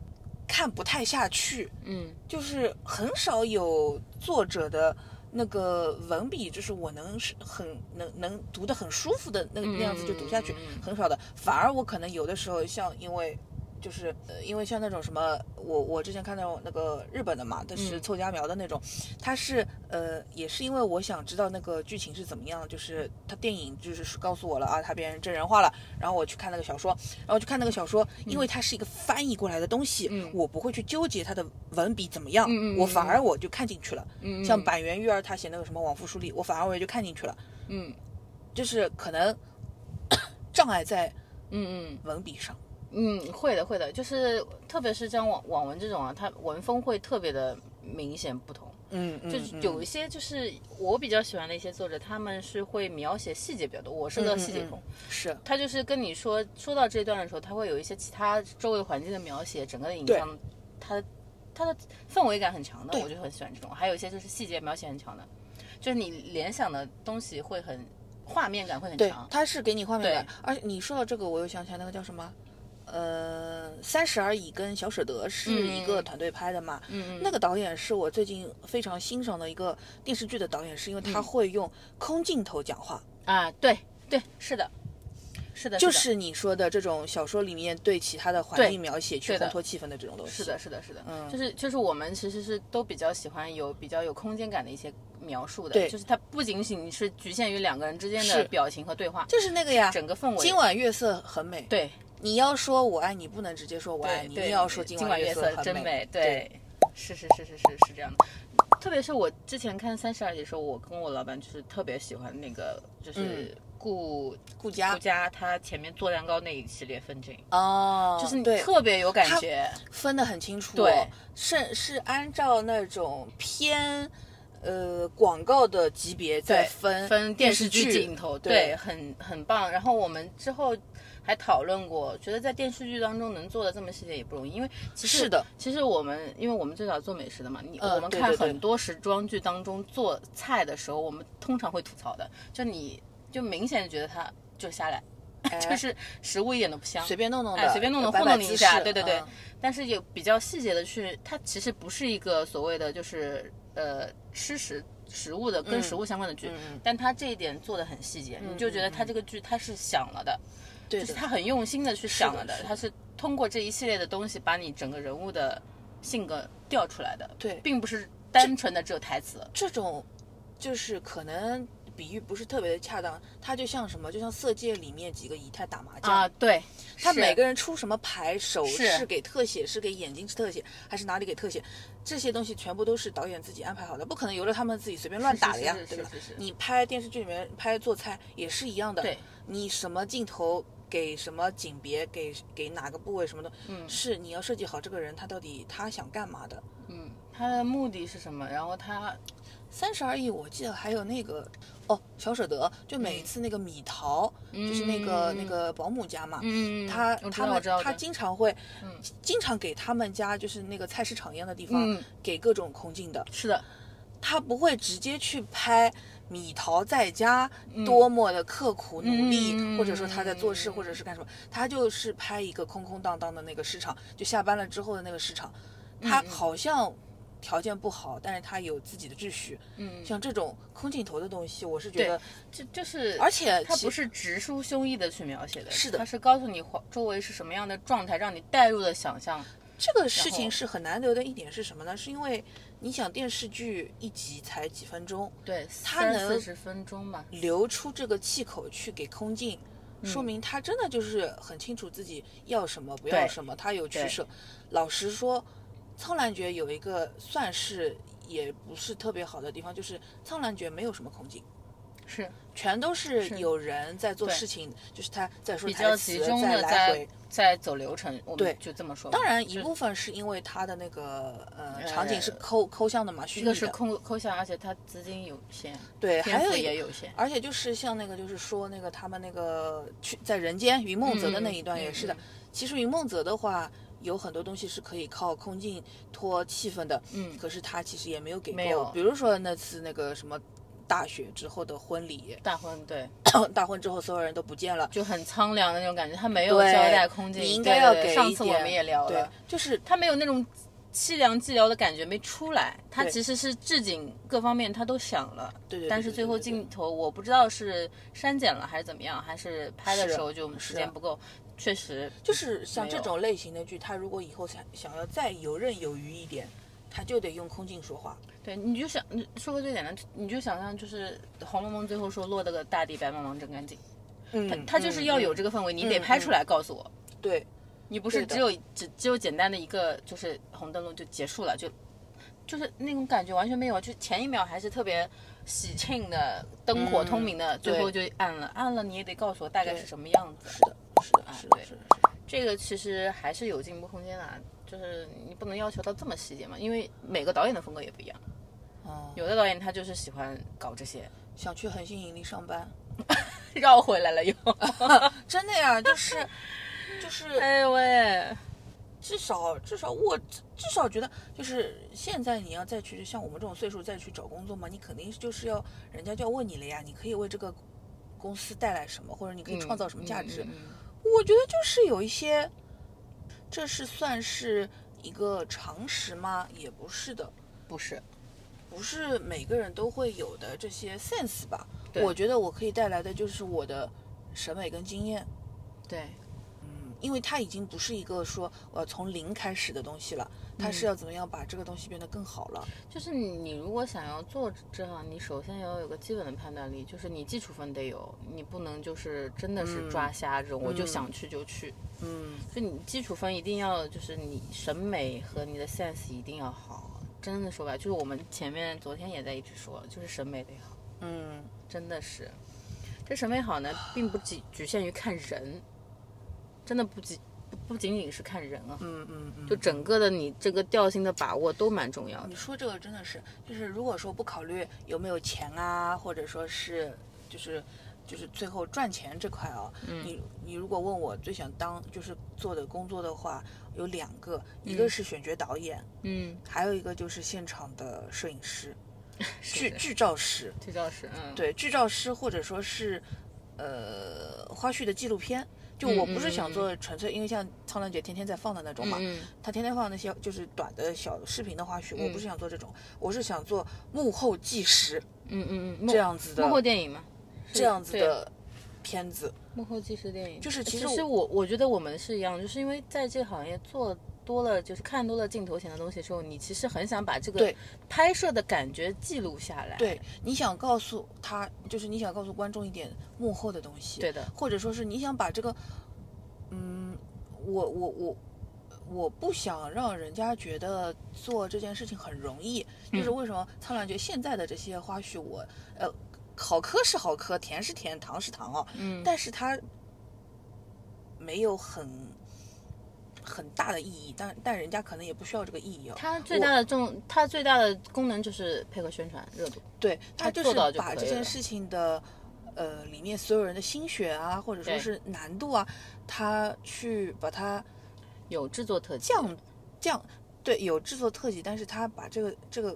Speaker 1: 看不太下去，
Speaker 2: 嗯
Speaker 1: 就是很少有作者的那个文笔，就是我能是很能能读得很舒服的那个
Speaker 2: 嗯
Speaker 1: 那样子就读下去
Speaker 2: 嗯嗯嗯，
Speaker 1: 很少的。反而我可能有的时候像因为。就是呃，因为像那种什么，我我之前看到那个日本的嘛，但是
Speaker 2: 嗯
Speaker 1: 凑佳苗的那种，它是呃，也是因为我想知道那个剧情是怎么样，就是它电影就是告诉我了啊，它变成真人化了，然后我去看那个小说，然后去看那个小说，因为它是一个翻译过来的东西，
Speaker 2: 嗯
Speaker 1: 我不会去纠结它的文笔怎么样，
Speaker 2: 嗯嗯嗯
Speaker 1: 我反而我就看进去了。
Speaker 2: 嗯，
Speaker 1: 像板垣育儿他写那个什么《往复书里》，我反而我也就看进去了，
Speaker 2: 嗯
Speaker 1: 就是可能 <coughs> 障碍在
Speaker 2: 嗯
Speaker 1: 文笔上。
Speaker 2: 嗯嗯，会的会的，就是特别是像网网文这种啊，它文风会特别的明显不同。
Speaker 1: 嗯，
Speaker 2: 就
Speaker 1: 嗯
Speaker 2: 是有一些就是我比较喜欢的一些作者，他们是会描写细节比较多。我是个细节控，
Speaker 1: 嗯是
Speaker 2: 他就是跟你说说到这段的时候，他会有一些其他周围环境的描写，整个的影
Speaker 1: 对
Speaker 2: 像，它它的氛围感很强的，
Speaker 1: 对
Speaker 2: 我就很喜欢这种。还有一些就是细节描写很强的，就是你联想的东西会很画面感会很
Speaker 1: 对
Speaker 2: 强，。
Speaker 1: 他是给你画面感
Speaker 2: 啊对，
Speaker 1: 而且你说到这个，我又想起来那个叫什么，呃，《三十而已》跟小舍得是一个
Speaker 2: 嗯
Speaker 1: 团队拍的嘛，
Speaker 2: 嗯嗯，
Speaker 1: 那个导演是我最近非常欣赏的一个电视剧的导演，是因为他会用空镜头讲话，
Speaker 2: 啊，对对，是的，是的，
Speaker 1: 就
Speaker 2: 的
Speaker 1: 是你说的这种小说里面对其他的环境描写去
Speaker 2: 对的
Speaker 1: 烘托气氛的这种东西。
Speaker 2: 是的，，是的，是的，
Speaker 1: 嗯
Speaker 2: 就是就是我们其实是都比较喜欢有比较有空间感的一些描述的，
Speaker 1: 对
Speaker 2: 就是它不仅仅是局限于两个人之间
Speaker 1: 是
Speaker 2: 的表情和对话，
Speaker 1: 就是那个呀。
Speaker 2: 整个氛围。
Speaker 1: 今晚月色很美。
Speaker 2: 对
Speaker 1: 你要说我爱你，不能直接说我爱
Speaker 2: 对
Speaker 1: 你，
Speaker 2: 对，
Speaker 1: 你要说
Speaker 2: 今
Speaker 1: 晚
Speaker 2: 月
Speaker 1: 色很
Speaker 2: 真
Speaker 1: 美。
Speaker 2: 对，是是是是是是这样的。特别是我之前看《三十而已》的时候，我跟我老板就是特别喜欢那个就是
Speaker 1: 嗯
Speaker 2: 顾、
Speaker 1: 顾佳
Speaker 2: 顾佳他前面做蛋糕那一系列分镜，
Speaker 1: 哦，
Speaker 2: 就是你
Speaker 1: 对
Speaker 2: 特别有感
Speaker 1: 他
Speaker 2: 觉。
Speaker 1: 分得很清楚。哦
Speaker 2: 对，
Speaker 1: 是是按照那种偏呃广告的级别在
Speaker 2: 对
Speaker 1: 分
Speaker 2: 分电视剧镜头，对，哎
Speaker 1: 对，
Speaker 2: 很很棒。然后我们之后还讨论过，觉得在电视剧当中能做的这么细节也不容易，因为其实
Speaker 1: 是的，
Speaker 2: 其实我们因为我们最早做美食的嘛，你、
Speaker 1: 嗯
Speaker 2: 我们
Speaker 1: 对
Speaker 2: 看
Speaker 1: 对对
Speaker 2: 很多时装剧当中做菜的时候，我们通常会吐槽的，就你就明显觉得它就下来， <laughs> 就
Speaker 1: 哎
Speaker 2: 是食物一点都不香，
Speaker 1: 随便弄弄
Speaker 2: 哎
Speaker 1: 的，
Speaker 2: 随便弄弄
Speaker 1: 摆
Speaker 2: 糊
Speaker 1: 摆
Speaker 2: 弄你
Speaker 1: 姿
Speaker 2: 一下
Speaker 1: 势
Speaker 2: 对对对
Speaker 1: 嗯
Speaker 2: 但是有比较细节的去，它其实不是一个所谓的就是呃吃食食物的跟
Speaker 1: 嗯
Speaker 2: 食物相关的剧，
Speaker 1: 嗯嗯
Speaker 2: 但它这一点做的很细节，你就觉得它这个剧它是想了的，
Speaker 1: 对
Speaker 2: 就是
Speaker 1: 的。
Speaker 2: 它很用心的去想了
Speaker 1: 是的是的
Speaker 2: 它是通过这一系列的东西把你整个人物的性格调出来的，
Speaker 1: 对
Speaker 2: 并不是单纯的只有台词，
Speaker 1: 这种就是可能比喻不是特别的恰当，它就像什么，就像《色戒》里面几个姨太打麻将，
Speaker 2: 啊，对，
Speaker 1: 他
Speaker 2: 是
Speaker 1: 每个人出什么牌，手
Speaker 2: 是
Speaker 1: 是给特写，是给眼睛特写，还是哪里给特写，这些东西全部都是导演自己安排好的，不可能由着他们自己随便乱打的呀，
Speaker 2: 是是是
Speaker 1: 对吧
Speaker 2: 是是是？
Speaker 1: 你拍电视剧里面拍做菜也是一样的，
Speaker 2: 对，
Speaker 1: 你什么镜头。给什么景别，给给哪个部位什么的，
Speaker 2: 嗯
Speaker 1: 是你要设计好这个人他到底他想干嘛的，
Speaker 2: 嗯，它的目的是什么？然后它
Speaker 1: 三十而已，我记得还有那个哦，小舍得，就每一次那个米桃，就是那个、
Speaker 2: 嗯
Speaker 1: 那个保姆家嘛，
Speaker 2: 嗯，
Speaker 1: 他
Speaker 2: 我知
Speaker 1: 他
Speaker 2: 道，我
Speaker 1: 们
Speaker 2: 知道
Speaker 1: 他
Speaker 2: 的
Speaker 1: 经常会
Speaker 2: 嗯，
Speaker 1: 经常给他们家就是那个菜市场一样的地方
Speaker 2: 嗯
Speaker 1: 给各种空镜的，
Speaker 2: 是的，
Speaker 1: 他不会直接去拍米桃在家多么的刻苦努力，
Speaker 2: 嗯
Speaker 1: 或者说他在做事，
Speaker 2: 嗯
Speaker 1: 或者是干什么，他就是拍一个空空荡荡的那个市场，就下班了之后的那个市场，他
Speaker 2: 嗯
Speaker 1: 好像条件不好，但是他有自己的秩序。
Speaker 2: 嗯，
Speaker 1: 像这种空镜头的东西，我是觉得，
Speaker 2: 这就是，
Speaker 1: 而且
Speaker 2: 他
Speaker 1: 其
Speaker 2: 呃不是直抒胸臆的去描写的，
Speaker 1: 是的
Speaker 2: 他是告诉你环周围是什么样的状态，让你带入的想象。
Speaker 1: 这个事
Speaker 2: 然后
Speaker 1: 情是很难得的一点是什么呢？是因为你想电视剧一集才几分钟，
Speaker 2: 对，
Speaker 1: 他
Speaker 2: 三
Speaker 1: 能
Speaker 2: 四十分钟吧。
Speaker 1: 留出这个气口去给空镜，
Speaker 2: 嗯
Speaker 1: 说明他真的就是很清楚自己要什么，不要
Speaker 2: 对
Speaker 1: 什么，他有取
Speaker 2: 对
Speaker 1: 舍。老实说，苍兰诀有一个算是也不是特别好的地方，就是苍兰诀没有什么空镜。
Speaker 2: 是，
Speaker 1: 全都是
Speaker 2: 是
Speaker 1: 有人在做
Speaker 2: 对
Speaker 1: 事情，就是他在说
Speaker 2: 比
Speaker 1: 台
Speaker 2: 较
Speaker 1: 词，
Speaker 2: 集中
Speaker 1: 在
Speaker 2: 的
Speaker 1: 来
Speaker 2: 在
Speaker 1: 回。
Speaker 2: 在走流程，我
Speaker 1: 对
Speaker 2: 们就这么说吧。
Speaker 1: 当然，一
Speaker 2: 这
Speaker 1: 部分是因为他的那个呃
Speaker 2: 呃
Speaker 1: 场景是抠抠像的嘛，虚
Speaker 2: 一
Speaker 1: 拟的。
Speaker 2: 个是抠抠像，而且他资金有限，
Speaker 1: 对，
Speaker 2: 天
Speaker 1: 还有
Speaker 2: 赋
Speaker 1: 一
Speaker 2: 也有限。
Speaker 1: 而且就是像那个，就是说那个他们那个去在人间云梦泽的那一
Speaker 2: 嗯
Speaker 1: 段也是的。
Speaker 2: 嗯
Speaker 1: 其实云梦泽的话，有很多东西是可以靠空镜托气氛的，
Speaker 2: 嗯
Speaker 1: 可是他其实也没有给
Speaker 2: 没有
Speaker 1: 够。比如说那次那个什么大雪之后的婚礼，
Speaker 2: 大婚对，
Speaker 1: 大婚之后所有人都不见了，
Speaker 2: 就很苍凉的那种感觉，他没有
Speaker 1: 对
Speaker 2: 交代空间。
Speaker 1: 你应该要
Speaker 2: 对对
Speaker 1: 给
Speaker 2: 对
Speaker 1: 一
Speaker 2: 上次我
Speaker 1: 点
Speaker 2: 们也聊
Speaker 1: 对
Speaker 2: 了，，
Speaker 1: 就是
Speaker 2: 他没有那种凄凉寂寥的感觉没出来，他
Speaker 1: 对
Speaker 2: 其实是置景各方面他都想了，
Speaker 1: 对对对
Speaker 2: 但是最后
Speaker 1: 对对对
Speaker 2: 镜头我不知道是删减了还是怎么样，还是拍的
Speaker 1: 是
Speaker 2: 时候就时间不够，确实
Speaker 1: 啊
Speaker 2: 嗯
Speaker 1: 就是像
Speaker 2: 没
Speaker 1: 这
Speaker 2: 有
Speaker 1: 种类型的剧，他如果以后想想要再游刃有余一点，他就得用空镜说话。
Speaker 2: 对，你就想你说个最简单，你就想象就是《红楼梦》最后说落得个大地白茫茫真干净，
Speaker 1: 嗯，
Speaker 2: 他就是要有这个氛围，你得拍出来告诉我，
Speaker 1: 对
Speaker 2: 你不是
Speaker 1: 对的
Speaker 2: 只有只只有简单的一个就是红灯笼就结束了，就就是那种感觉完全没有，就前一秒还是特别喜庆的灯火通明的，最后就暗了，暗了你也得告诉我大概是什么样子。
Speaker 1: 嗯是的，是
Speaker 2: 啊
Speaker 1: 的，是的，
Speaker 2: 对
Speaker 1: 是的，
Speaker 2: 这个其实还是有进步空间的啊，就是你不能要求到这么细节嘛，因为每个导演的风格也不一样，
Speaker 1: 哦，
Speaker 2: 有的导演他就是喜欢搞这些，
Speaker 1: 想去恒星引力上班，
Speaker 2: 绕回来
Speaker 1: <laughs>
Speaker 2: 了又，
Speaker 1: 真的呀，就是 <laughs> 就是
Speaker 2: 哎喂，
Speaker 1: 至少至少我至至少觉得，就是现在你要再去像我们这种岁数再去找工作嘛，你肯定就是要人家就要问你了呀，你可以为这个公司带来什么，或者你可以创造什么价值。
Speaker 2: 嗯嗯嗯嗯
Speaker 1: 我觉得就是有一些，这是算是一个常识吗？也不是的，
Speaker 2: 不是，
Speaker 1: 不是每个人都会有的这些 sense 吧。
Speaker 2: 对
Speaker 1: 我觉得我可以带来的就是我的审美跟经验，
Speaker 2: 对，
Speaker 1: 嗯，因为它已经不是一个说我要从零开始的东西了，它是要怎么样把这个东西变得更好了。
Speaker 2: 就是你，你如果想要做这行，你首先要有个基本的判断力，就是你基础分得有，你不能就是真的是抓瞎这种，我就想去就去。
Speaker 1: 嗯，
Speaker 2: 就你基础分一定要就是你审美和你的 sense 一定要好。真的说白了，就是我们前面昨天也在一直说，就是审美得好，
Speaker 1: 嗯，
Speaker 2: 真的是。这审美好呢，并不仅局限于看人，真的不仅不不仅仅是看人啊，
Speaker 1: 嗯嗯嗯。
Speaker 2: 就整个的你这个调性的把握都蛮重要的
Speaker 1: 你。说这个真的是，就是如果说不考虑有没有钱啊，或者说是就是就是最后赚钱这块啊，你你如果问我最想当就是做的工作的话，有两个，一个是选角导演，
Speaker 2: 嗯，
Speaker 1: 还有一个就是现场的摄影 <laughs> 师、
Speaker 2: 是
Speaker 1: 剧
Speaker 2: 的，
Speaker 1: 剧照师，
Speaker 2: 这倒是，嗯，
Speaker 1: 对，剧照师或者说是呃花絮的纪录片。就
Speaker 2: 嗯
Speaker 1: 我不是想做纯粹，因为像苍兰诀天天在放的那种嘛，
Speaker 2: 嗯。
Speaker 1: 他天天放那些就是短的小视频的花絮，我不是想做这种，我是想做幕后纪实
Speaker 2: 嗯嗯嗯，
Speaker 1: 这样子
Speaker 2: 幕后
Speaker 1: 的
Speaker 2: 电影嘛，
Speaker 1: 这样子
Speaker 2: 对
Speaker 1: 的片子。
Speaker 2: 幕后纪实电影，呃
Speaker 1: 就是其
Speaker 2: 其
Speaker 1: 实
Speaker 2: 我我觉得我们是一样，就是因为在这个行业做多了，就是看多了镜头前的东西之后，你其实很想把这个
Speaker 1: 对
Speaker 2: 拍摄的感觉记录下来。
Speaker 1: 对，你想告诉他，就是你想告诉观众一点幕后的东西，
Speaker 2: 对的，
Speaker 1: 或者说是你想把这个，嗯，我我我。我不想让人家觉得做这件事情很容易，就是
Speaker 2: 嗯
Speaker 1: 为什么苍兰诀现在的这些花絮我，呃，好磕是好磕，甜是甜，糖是糖哦，
Speaker 2: 嗯，
Speaker 1: 但是它没有很很大的意义，但但人家可能也不需要这个意义哦。
Speaker 2: 它最大的重，它最大的功能就是配合宣传热度。
Speaker 1: 对
Speaker 2: 他
Speaker 1: 就
Speaker 2: 做
Speaker 1: 是
Speaker 2: 到就
Speaker 1: 把
Speaker 2: 可
Speaker 1: 这
Speaker 2: 以
Speaker 1: 件
Speaker 2: 了
Speaker 1: 事情的，呃，里面所有人的心血啊，或者说
Speaker 2: 对
Speaker 1: 是难度啊，他去把它
Speaker 2: 有制作特技，
Speaker 1: 降降，对，有制作特技，但是他把这个这个，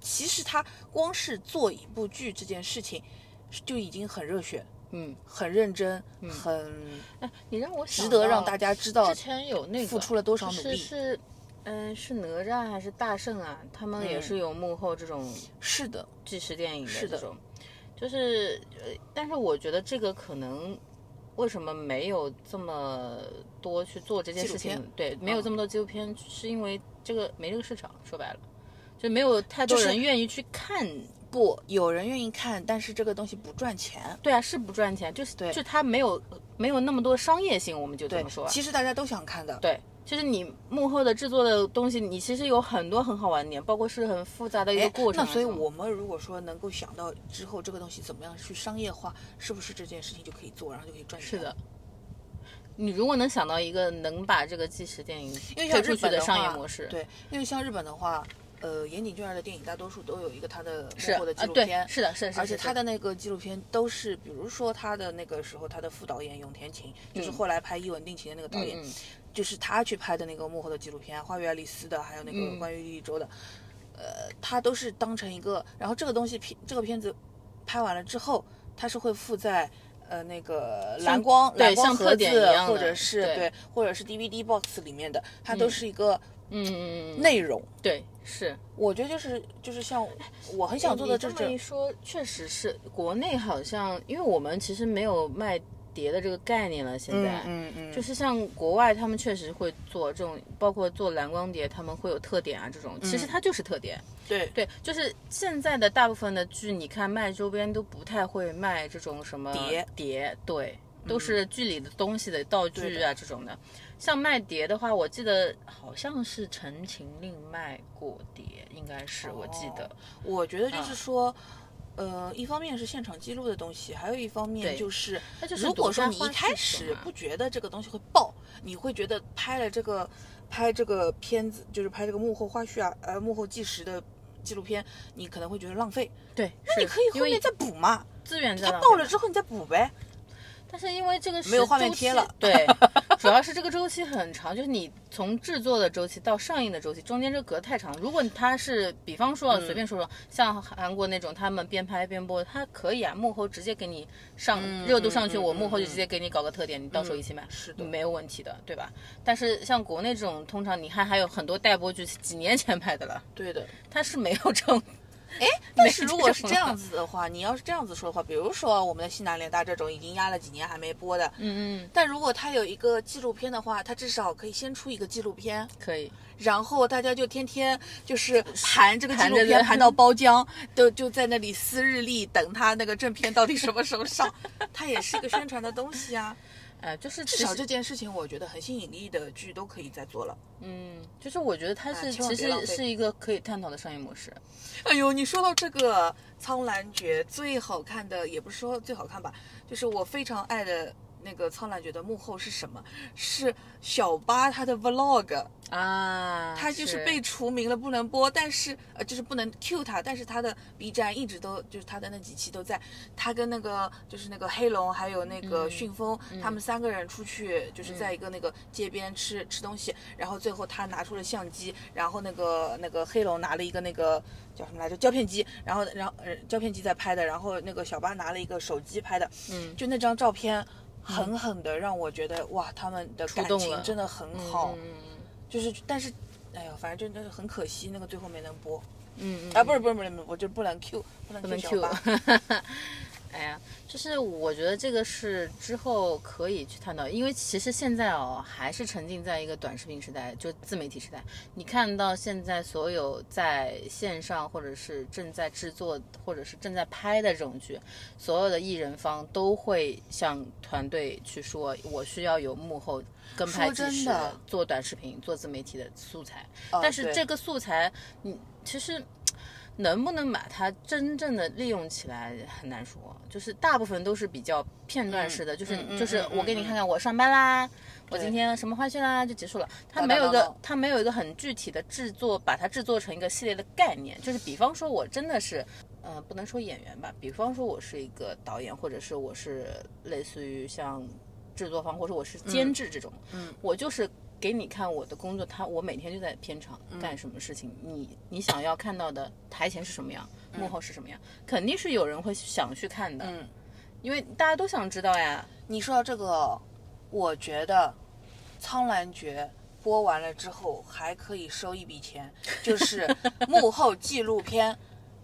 Speaker 1: 其实他光是做一部剧这件事情，就已经很热血、
Speaker 2: 嗯，
Speaker 1: 很认真、很
Speaker 2: 哎，你让我
Speaker 1: 值得让大
Speaker 2: 家
Speaker 1: 家知道
Speaker 2: 之前有那个
Speaker 1: 付出了多少努
Speaker 2: 是
Speaker 1: 力。
Speaker 2: 是，嗯、是哪吒还是大圣啊？他们也
Speaker 1: 嗯
Speaker 2: 是有幕后这种
Speaker 1: 是的，
Speaker 2: 纪实电影的
Speaker 1: 是的
Speaker 2: 这种，就是呃，但是我觉得这个可能为什么没有这么多去做这件
Speaker 1: 纪录
Speaker 2: 事情
Speaker 1: 片？啊
Speaker 2: 对，没有这么多纪录片，是因为这个没这个市场，说白了，就没有太
Speaker 1: 就
Speaker 2: 多
Speaker 1: 是
Speaker 2: 人愿意去看。
Speaker 1: 不，有人愿意看，但是这个东西不赚钱。
Speaker 2: 对啊，是不赚钱，就是
Speaker 1: 对
Speaker 2: 就它没有没有那么多商业性，我们就这
Speaker 1: 对
Speaker 2: 么说啊。，
Speaker 1: 其实大家都想看的。
Speaker 2: 对，就是你幕后的制作的东西，你其实有很多很好玩的点，包括是很复杂的一个
Speaker 1: 哎，
Speaker 2: 过程啊
Speaker 1: 那所以
Speaker 2: 什么
Speaker 1: 我们如果说能够想到之后这个东西怎么样去商业化，是不是这件事情就可以做，然后就可以赚钱？
Speaker 2: 是的，。你如果能想到一个能把这个纪实电影
Speaker 1: 因
Speaker 2: 推
Speaker 1: 为像
Speaker 2: 出
Speaker 1: 日
Speaker 2: 去
Speaker 1: 本的话
Speaker 2: 商业模式，
Speaker 1: 对，因为像日本的话，呃，岩井俊二的电影大多数都有一个他的
Speaker 2: 是
Speaker 1: 幕后的纪
Speaker 2: 啊，
Speaker 1: 录片，
Speaker 2: 对，是的，是的，是的
Speaker 1: 而
Speaker 2: 是
Speaker 1: 且他的那个纪录片都是，比如说他的那个时候他的副导演永田晴，就是后来拍《一吻定情》的那个导演，
Speaker 2: 嗯嗯嗯
Speaker 1: 就是他去拍的那个幕后的纪录片，《花与爱丽丝》的，还有那个
Speaker 2: 嗯
Speaker 1: 关于莉莉周的，呃，他都是当成一个。然后这个东西片这个片子拍完了之后，它是会附在。呃，那个蓝光、
Speaker 2: 对
Speaker 1: 蓝光
Speaker 2: 像
Speaker 1: 盒
Speaker 2: 特
Speaker 1: 子
Speaker 2: 典一样，的
Speaker 1: 或者是
Speaker 2: 对
Speaker 1: 或者是 DVD box 里面的，它都是一个
Speaker 2: 嗯嗯嗯嗯，
Speaker 1: 内容。
Speaker 2: 对，是
Speaker 1: 我觉得就是就是像我很想做的
Speaker 2: 哎你
Speaker 1: 这
Speaker 2: 这么一
Speaker 1: 种，
Speaker 2: 说，确实是国内好像，因为我们其实没有卖碟的这个概念了，现在，
Speaker 1: 嗯嗯，
Speaker 2: 就是像国外，他们确实会做这种，包括做蓝光碟，他们会有特点啊这种。
Speaker 1: 嗯
Speaker 2: 其实它就是特点，
Speaker 1: 对
Speaker 2: 对，就是现在的大部分的剧，你看卖周边都不太会卖这种什么
Speaker 1: 碟嗯
Speaker 2: 碟，对，都是剧里的东西的道具
Speaker 1: 对
Speaker 2: 啊这种的。像卖碟的话，我记得好像是《陈情令》卖过碟，应该是我记得。
Speaker 1: 哦我觉得
Speaker 2: 嗯
Speaker 1: 就是说，呃，一方面是现场记录的东西，还有一方面
Speaker 2: 对
Speaker 1: 就是
Speaker 2: 那就，是
Speaker 1: 如果说你
Speaker 2: 独
Speaker 1: 一
Speaker 2: 家花絮
Speaker 1: 开始
Speaker 2: 嘛
Speaker 1: 不觉得这个东西会爆，你会觉得拍了这个拍这个片子，就是拍这个幕后花絮啊，呃，幕后纪实的纪录片，你可能会觉得浪费，
Speaker 2: 对，
Speaker 1: 那你
Speaker 2: 是
Speaker 1: 可以
Speaker 2: 因
Speaker 1: 后
Speaker 2: 为
Speaker 1: 面再补嘛，
Speaker 2: 资源在
Speaker 1: 它
Speaker 2: 浪
Speaker 1: 爆
Speaker 2: 费
Speaker 1: 了之后你再补呗。
Speaker 2: 但是因为这个时
Speaker 1: 没有画面
Speaker 2: 周期
Speaker 1: 贴了 <laughs>
Speaker 2: 对，主要是这个周期很长，就是你从制作的周期到上映的周期中间这个隔太长。如果它是，比方说啊
Speaker 1: 嗯
Speaker 2: 随便说说，像韩国那种他们边拍边播，它可以啊，幕后直接给你上、热度上去，
Speaker 1: 嗯
Speaker 2: 我
Speaker 1: 嗯
Speaker 2: 幕后就
Speaker 1: 嗯
Speaker 2: 直接给你搞个特点，你到时候一起买，
Speaker 1: 是的
Speaker 2: 没有问题的，对吧？但是像国内这种，通常你看还有很多待播剧，几年前拍的了，
Speaker 1: 对的，
Speaker 2: 它是没有这种，
Speaker 1: 但是如果是
Speaker 2: 这
Speaker 1: 这
Speaker 2: 种
Speaker 1: 样子的话，你要是这样子说的话，比如说我们的西南联大这种已经压了几年还没播的，
Speaker 2: 嗯嗯，
Speaker 1: 但如果它有一个纪录片的话，它至少可以先出一个纪录片，
Speaker 2: <laughs> 可以。
Speaker 1: 然后大家就天天就是盘这个纪
Speaker 2: 盘
Speaker 1: 录
Speaker 2: 着
Speaker 1: 片，
Speaker 2: 的
Speaker 1: 盘到包浆，都就在那里撕日历，等它那个正片到底什么时候上。 <laughs> 它也是一个宣传的东西啊。
Speaker 2: 哎，就是
Speaker 1: <laughs> 至
Speaker 2: 其
Speaker 1: 少
Speaker 2: 实
Speaker 1: 这件事情，我觉得很吸引力的剧都可以再做了。
Speaker 2: 嗯，就是我觉得它是、
Speaker 1: 哎千万
Speaker 2: 其
Speaker 1: 别浪费
Speaker 2: 实是一个可以探讨的商业模式。
Speaker 1: 哎呦，你说到这个《苍兰诀》最好看的，也不是说最好看吧，就是我非常爱的那个《苍兰诀》的幕后是什么？是小八他的 vlog。
Speaker 2: 啊，
Speaker 1: 他就是被除名了，不能播，但是呃，就是不能 Q 他，但是他的 B 站一直都就是他的那几期都在，他跟那个就是那个黑龙还有那
Speaker 2: 嗯
Speaker 1: 个迅风，他们三个人出去就是在一个那个街边吃、吃东西，然后最后他拿出了相机，然后那个那个黑龙拿了一个那个叫什么来着胶片机，然后然后呃胶片机在拍的，然后那个小八拿了一个手机拍的，
Speaker 2: 嗯
Speaker 1: 就那张照片。狠狠的让我觉得哇，他们的感
Speaker 2: 动
Speaker 1: 情
Speaker 2: 了
Speaker 1: 真的很好，
Speaker 2: 嗯
Speaker 1: 就是，但是，哎呀，反正真的是很可惜，那个最后没能播。
Speaker 2: 嗯
Speaker 1: 啊，不是不是不是，不是我就不能 Q，不能
Speaker 2: 不能
Speaker 1: Q 小
Speaker 2: Q
Speaker 1: 八。。
Speaker 2: <laughs> 哎呀，就是我觉得这个是之后可以去探讨，因为其实现在哦，还是沉浸在一个短视频时代，就自媒体时代。你看到现在所有在线上或者是正在制作或者是正在拍的这种剧，所有的艺人方都会向团队去说，我需要有幕后跟拍
Speaker 1: 说
Speaker 2: 技
Speaker 1: 真
Speaker 2: 师
Speaker 1: 的
Speaker 2: 做短视频、做自媒体的素材。
Speaker 1: 啊
Speaker 2: 但是
Speaker 1: 对
Speaker 2: 这个素材，你其实能不能把它真正的利用起来很难说，就是大部分都是比较片段式的，就是、
Speaker 1: 嗯嗯
Speaker 2: 就是
Speaker 1: 嗯嗯
Speaker 2: 我给你看看我上班啦，我
Speaker 1: 对
Speaker 2: 今天什么花絮啦就结束了，它
Speaker 1: 当
Speaker 2: 没有一
Speaker 1: 当
Speaker 2: 个
Speaker 1: 当
Speaker 2: 它没有一个很具体的制作，把它制作成一个系列的概念，就是比方说我真的是。呃，不能说演员吧，比方说我是一个导演，或者是我是类似于像制作方，或者我是监制这种，
Speaker 1: 嗯
Speaker 2: 我就是给你看我的工作，他我每天就在片场干什么事情，你你想要看到的台前是什么样，幕后是什么样，肯定是有人会想去看的，
Speaker 1: 嗯，
Speaker 2: 因为大家都想知道呀。 <laughs>
Speaker 1: 你说到这个，我觉得《苍兰诀》播完了之后还可以收一笔钱，就是
Speaker 2: <laughs>
Speaker 1: 幕后纪录片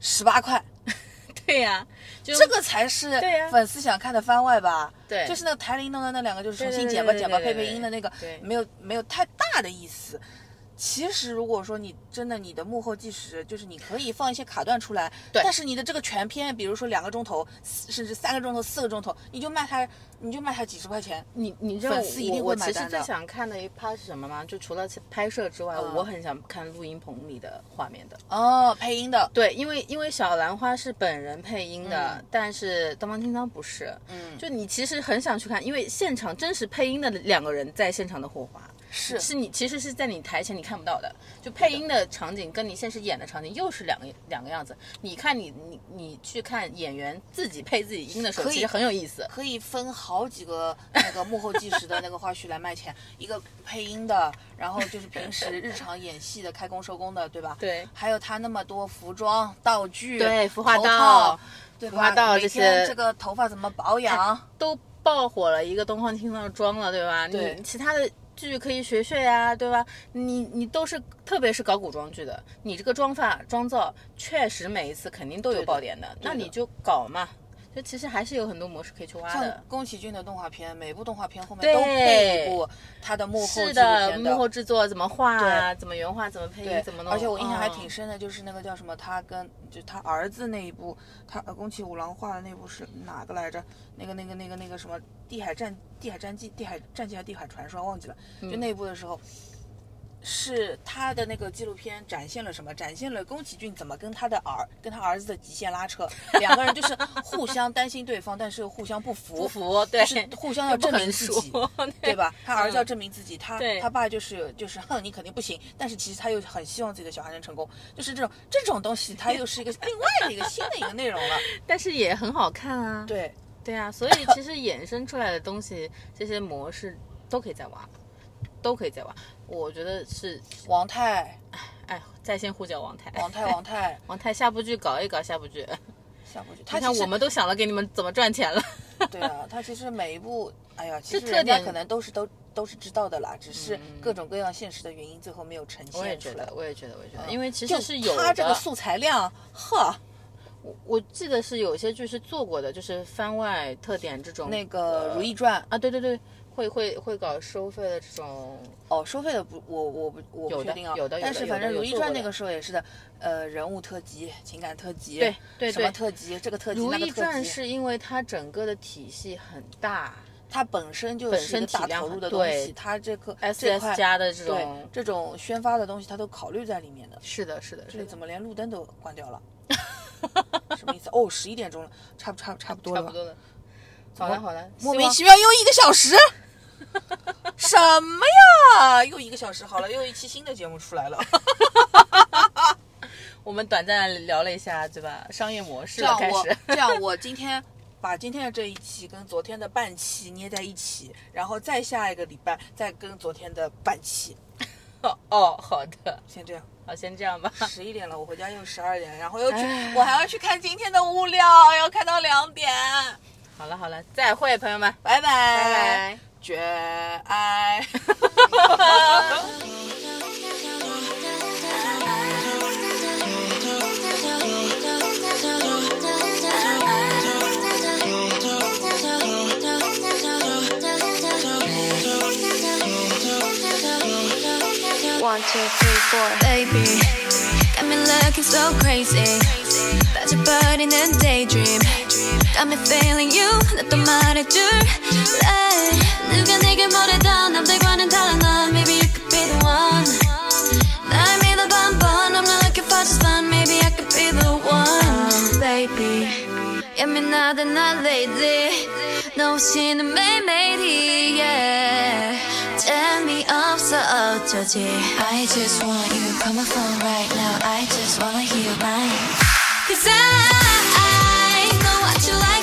Speaker 1: 十八块，
Speaker 2: 对呀、就
Speaker 1: 这个才是
Speaker 2: 对呀
Speaker 1: 粉丝想看的番外吧？
Speaker 2: 对
Speaker 1: 就是那个台铃铛的那两个，就是重
Speaker 2: 对对
Speaker 1: 新
Speaker 2: 对
Speaker 1: 剪吧
Speaker 2: 对
Speaker 1: 剪吧，
Speaker 2: 对
Speaker 1: 配
Speaker 2: 对
Speaker 1: 配
Speaker 2: 对
Speaker 1: 音的那个
Speaker 2: 对，
Speaker 1: 没有没有太大的意思。其实，如果说你真的你的幕后纪实，就是你可以放一些卡段出来，
Speaker 2: 对
Speaker 1: 但是你的这个全片，比如说两个钟头，四甚至三个钟头、四个钟头，你就卖它，你就卖它几十块钱。
Speaker 2: 你你知道
Speaker 1: 粉丝一定
Speaker 2: 我
Speaker 1: 会
Speaker 2: 我
Speaker 1: 买
Speaker 2: 其
Speaker 1: 单
Speaker 2: 实
Speaker 1: 的
Speaker 2: 最想看的一呃趴是什么吗？就除了拍摄之外，
Speaker 1: 嗯
Speaker 2: 我很想看录音棚里的画面的。
Speaker 1: 哦，配音的，
Speaker 2: 对，因为因为小兰花是本人配音的，但是东方青苍不是。
Speaker 1: 嗯，
Speaker 2: 就你其实很想去看，因为现场真实配音的两个人在现场的火花，
Speaker 1: 是
Speaker 2: 是你其实是在你台前你看不到的，就配音的场景跟你现实演的场景又是两个两个样子。你看你你你去看演员自己配自己音的时候，
Speaker 1: 可以
Speaker 2: 其实很有意思。
Speaker 1: 可以分好几
Speaker 2: <laughs>
Speaker 1: 个那个幕后纪实的那个花絮来卖钱，一个配音的，然后就是平时日常演戏的、开工收工的，对吧？
Speaker 2: 对
Speaker 1: 还有他那么多服装、道具、
Speaker 2: 对孵化
Speaker 1: 头
Speaker 2: 道
Speaker 1: 套，对吧？
Speaker 2: 孵化道
Speaker 1: 每
Speaker 2: 这
Speaker 1: 天
Speaker 2: 些
Speaker 1: 这个头发怎么保养？
Speaker 2: 都爆火了一个东方青藏的妆了，对吧？
Speaker 1: 对
Speaker 2: 你其他的剧可以学学呀、对吧？你你都是，特别是搞古装剧的，你这个妆发妆造确实每一次肯定都有
Speaker 1: 对的
Speaker 2: 爆点的，那
Speaker 1: 对的
Speaker 2: 你就搞嘛。就其实还是有很多模式可以去挖
Speaker 1: 像
Speaker 2: 的。
Speaker 1: 宫崎骏的动画片，每部动画片后面
Speaker 2: 哎对
Speaker 1: 都配一部他的幕后纪录
Speaker 2: 是
Speaker 1: 片
Speaker 2: 幕后制作怎么画啊，怎么原画，怎么配
Speaker 1: 对
Speaker 2: 音，怎么，弄。
Speaker 1: 而且我印象还挺
Speaker 2: 嗯
Speaker 1: 深的，就是那个叫什么，他跟就他儿子那一部，他呃宫崎吾郎画的那部是哪个来着？那个那个那个那个什么《地海战地海战记》《地海战记》还是《地海传说》忘记了，就
Speaker 2: 嗯
Speaker 1: 那一部的时候。是他的那个纪录片展现了什么？展现了宫崎骏怎么跟他的儿跟他儿子的极限拉扯，两个人就是互相担心对方，但是又互相不服，
Speaker 2: 不服，对，
Speaker 1: 就是互相
Speaker 2: <laughs>
Speaker 1: 要
Speaker 2: 不
Speaker 1: 证明
Speaker 2: 很
Speaker 1: 自
Speaker 2: 熟
Speaker 1: 己，，
Speaker 2: 对嗯
Speaker 1: 对吧？他儿子要证明自己，他
Speaker 2: 对
Speaker 1: 他爸就是就是哼你肯定不行，但是其实他又很希望自己的小孩能成功，就是这种这种东西，它又是一个另外的一个新的一个内容了。
Speaker 2: <laughs> 但是也很好看啊。
Speaker 1: 对，
Speaker 2: 对啊，所以其实衍生出来的东西，这些模式都可以再挖，都可以再挖。我觉得是，
Speaker 1: 王太，
Speaker 2: 哎，在线呼叫王太，
Speaker 1: 王太，王
Speaker 2: <laughs>
Speaker 1: 太，
Speaker 2: 王太下部剧搞一搞下部剧。
Speaker 1: 下不去。他
Speaker 2: 你看，
Speaker 1: 其实
Speaker 2: 我们都想了给你们怎么赚钱了。
Speaker 1: 对啊，他其实每一步，哎呀，其
Speaker 2: 这
Speaker 1: 实
Speaker 2: 特
Speaker 1: 人家
Speaker 2: 点
Speaker 1: 可能都是都都是知道的啦，只是
Speaker 2: 嗯
Speaker 1: 各种各样现实的原因，最后没有呈
Speaker 2: 我也
Speaker 1: 现
Speaker 2: 觉
Speaker 1: 出来
Speaker 2: 得，。我也觉得，我也觉得，
Speaker 1: 嗯
Speaker 2: 因为其
Speaker 1: 就
Speaker 2: 实是有
Speaker 1: 他
Speaker 2: 的。
Speaker 1: 这个素材量，呵，
Speaker 2: 我我记得是有些剧是做过的，就是番外特点这种。
Speaker 1: 那个《如懿传》
Speaker 2: 啊，对对对，会会会搞收费的这种。
Speaker 1: 哦，收费的不，我我不我不
Speaker 2: 有
Speaker 1: 确
Speaker 2: 的
Speaker 1: 定啊。
Speaker 2: 有的有
Speaker 1: 但
Speaker 2: 的
Speaker 1: 是
Speaker 2: 有
Speaker 1: 反
Speaker 2: 的
Speaker 1: 正《
Speaker 2: 有
Speaker 1: 如懿
Speaker 2: 做
Speaker 1: 传》
Speaker 2: 过
Speaker 1: 那
Speaker 2: 的
Speaker 1: 个时候也是的，呃，人物特辑、情感特辑，
Speaker 2: 对对
Speaker 1: 什么
Speaker 2: 对，
Speaker 1: 特辑，这个特
Speaker 2: 《
Speaker 1: 辑
Speaker 2: 如
Speaker 1: 那个
Speaker 2: 懿
Speaker 1: 特
Speaker 2: 传》
Speaker 1: 辑，
Speaker 2: 是因为它整个的体系很大
Speaker 1: 它本身就
Speaker 2: 本
Speaker 1: 是一
Speaker 2: 身
Speaker 1: 个
Speaker 2: 体
Speaker 1: 大
Speaker 2: 量
Speaker 1: 投
Speaker 2: 很
Speaker 1: 入的东
Speaker 2: 对
Speaker 1: 西，它这个这块
Speaker 2: ，SS 加的这
Speaker 1: 对
Speaker 2: 种。
Speaker 1: 这种宣发的东西，它都考虑在里面的。
Speaker 2: 是的，是的，
Speaker 1: 这
Speaker 2: 是
Speaker 1: 里
Speaker 2: 的，
Speaker 1: 怎么连路灯都关掉了？什么意思？哦，十一点钟了，差不差不差不多
Speaker 2: 差不
Speaker 1: 了吧？
Speaker 2: 多了。好了好了，
Speaker 1: 莫
Speaker 2: 希
Speaker 1: 名
Speaker 2: 望
Speaker 1: 其妙又一个小时， <laughs> 什么呀？又一个小时，好了，又一期新的节目出来了。
Speaker 2: 我们短暂聊了一下，对吧？商业模式
Speaker 1: 这
Speaker 2: 了
Speaker 1: 样
Speaker 2: 开
Speaker 1: 我
Speaker 2: 始 <laughs>
Speaker 1: 这样我今天把今天的这一期跟昨天的半期捏在一起，然后再下一个礼拜再跟昨天的半期，
Speaker 2: 哦，好的，
Speaker 1: 先这样。
Speaker 2: 好，先这样吧。
Speaker 1: 十一点了，我回家又十二点，然后又去
Speaker 2: 唉，
Speaker 1: 我还要去看今天的物料，要看到两点。
Speaker 2: 好了好了，再会，朋友们，
Speaker 1: 拜拜，
Speaker 2: 拜拜。
Speaker 1: 绝爱。
Speaker 3: One, two, three, four.
Speaker 4: baby. Got me looking so crazy. That's a bird in a daydream. Got me feeling you. 나또 말해줄. Hey, 누가 내게 말해도 남들과는 달라. 넌 maybe you could be the one. 날 믿어봐 한번. I'm not looking for just fun. Maybe I could be the rather not lately. 너 없이는 매일매일이, yeah. 재미 없어 어쩌지. I just want you, call my phone right now. I just wanna hear mine. Cause I, I know what you like.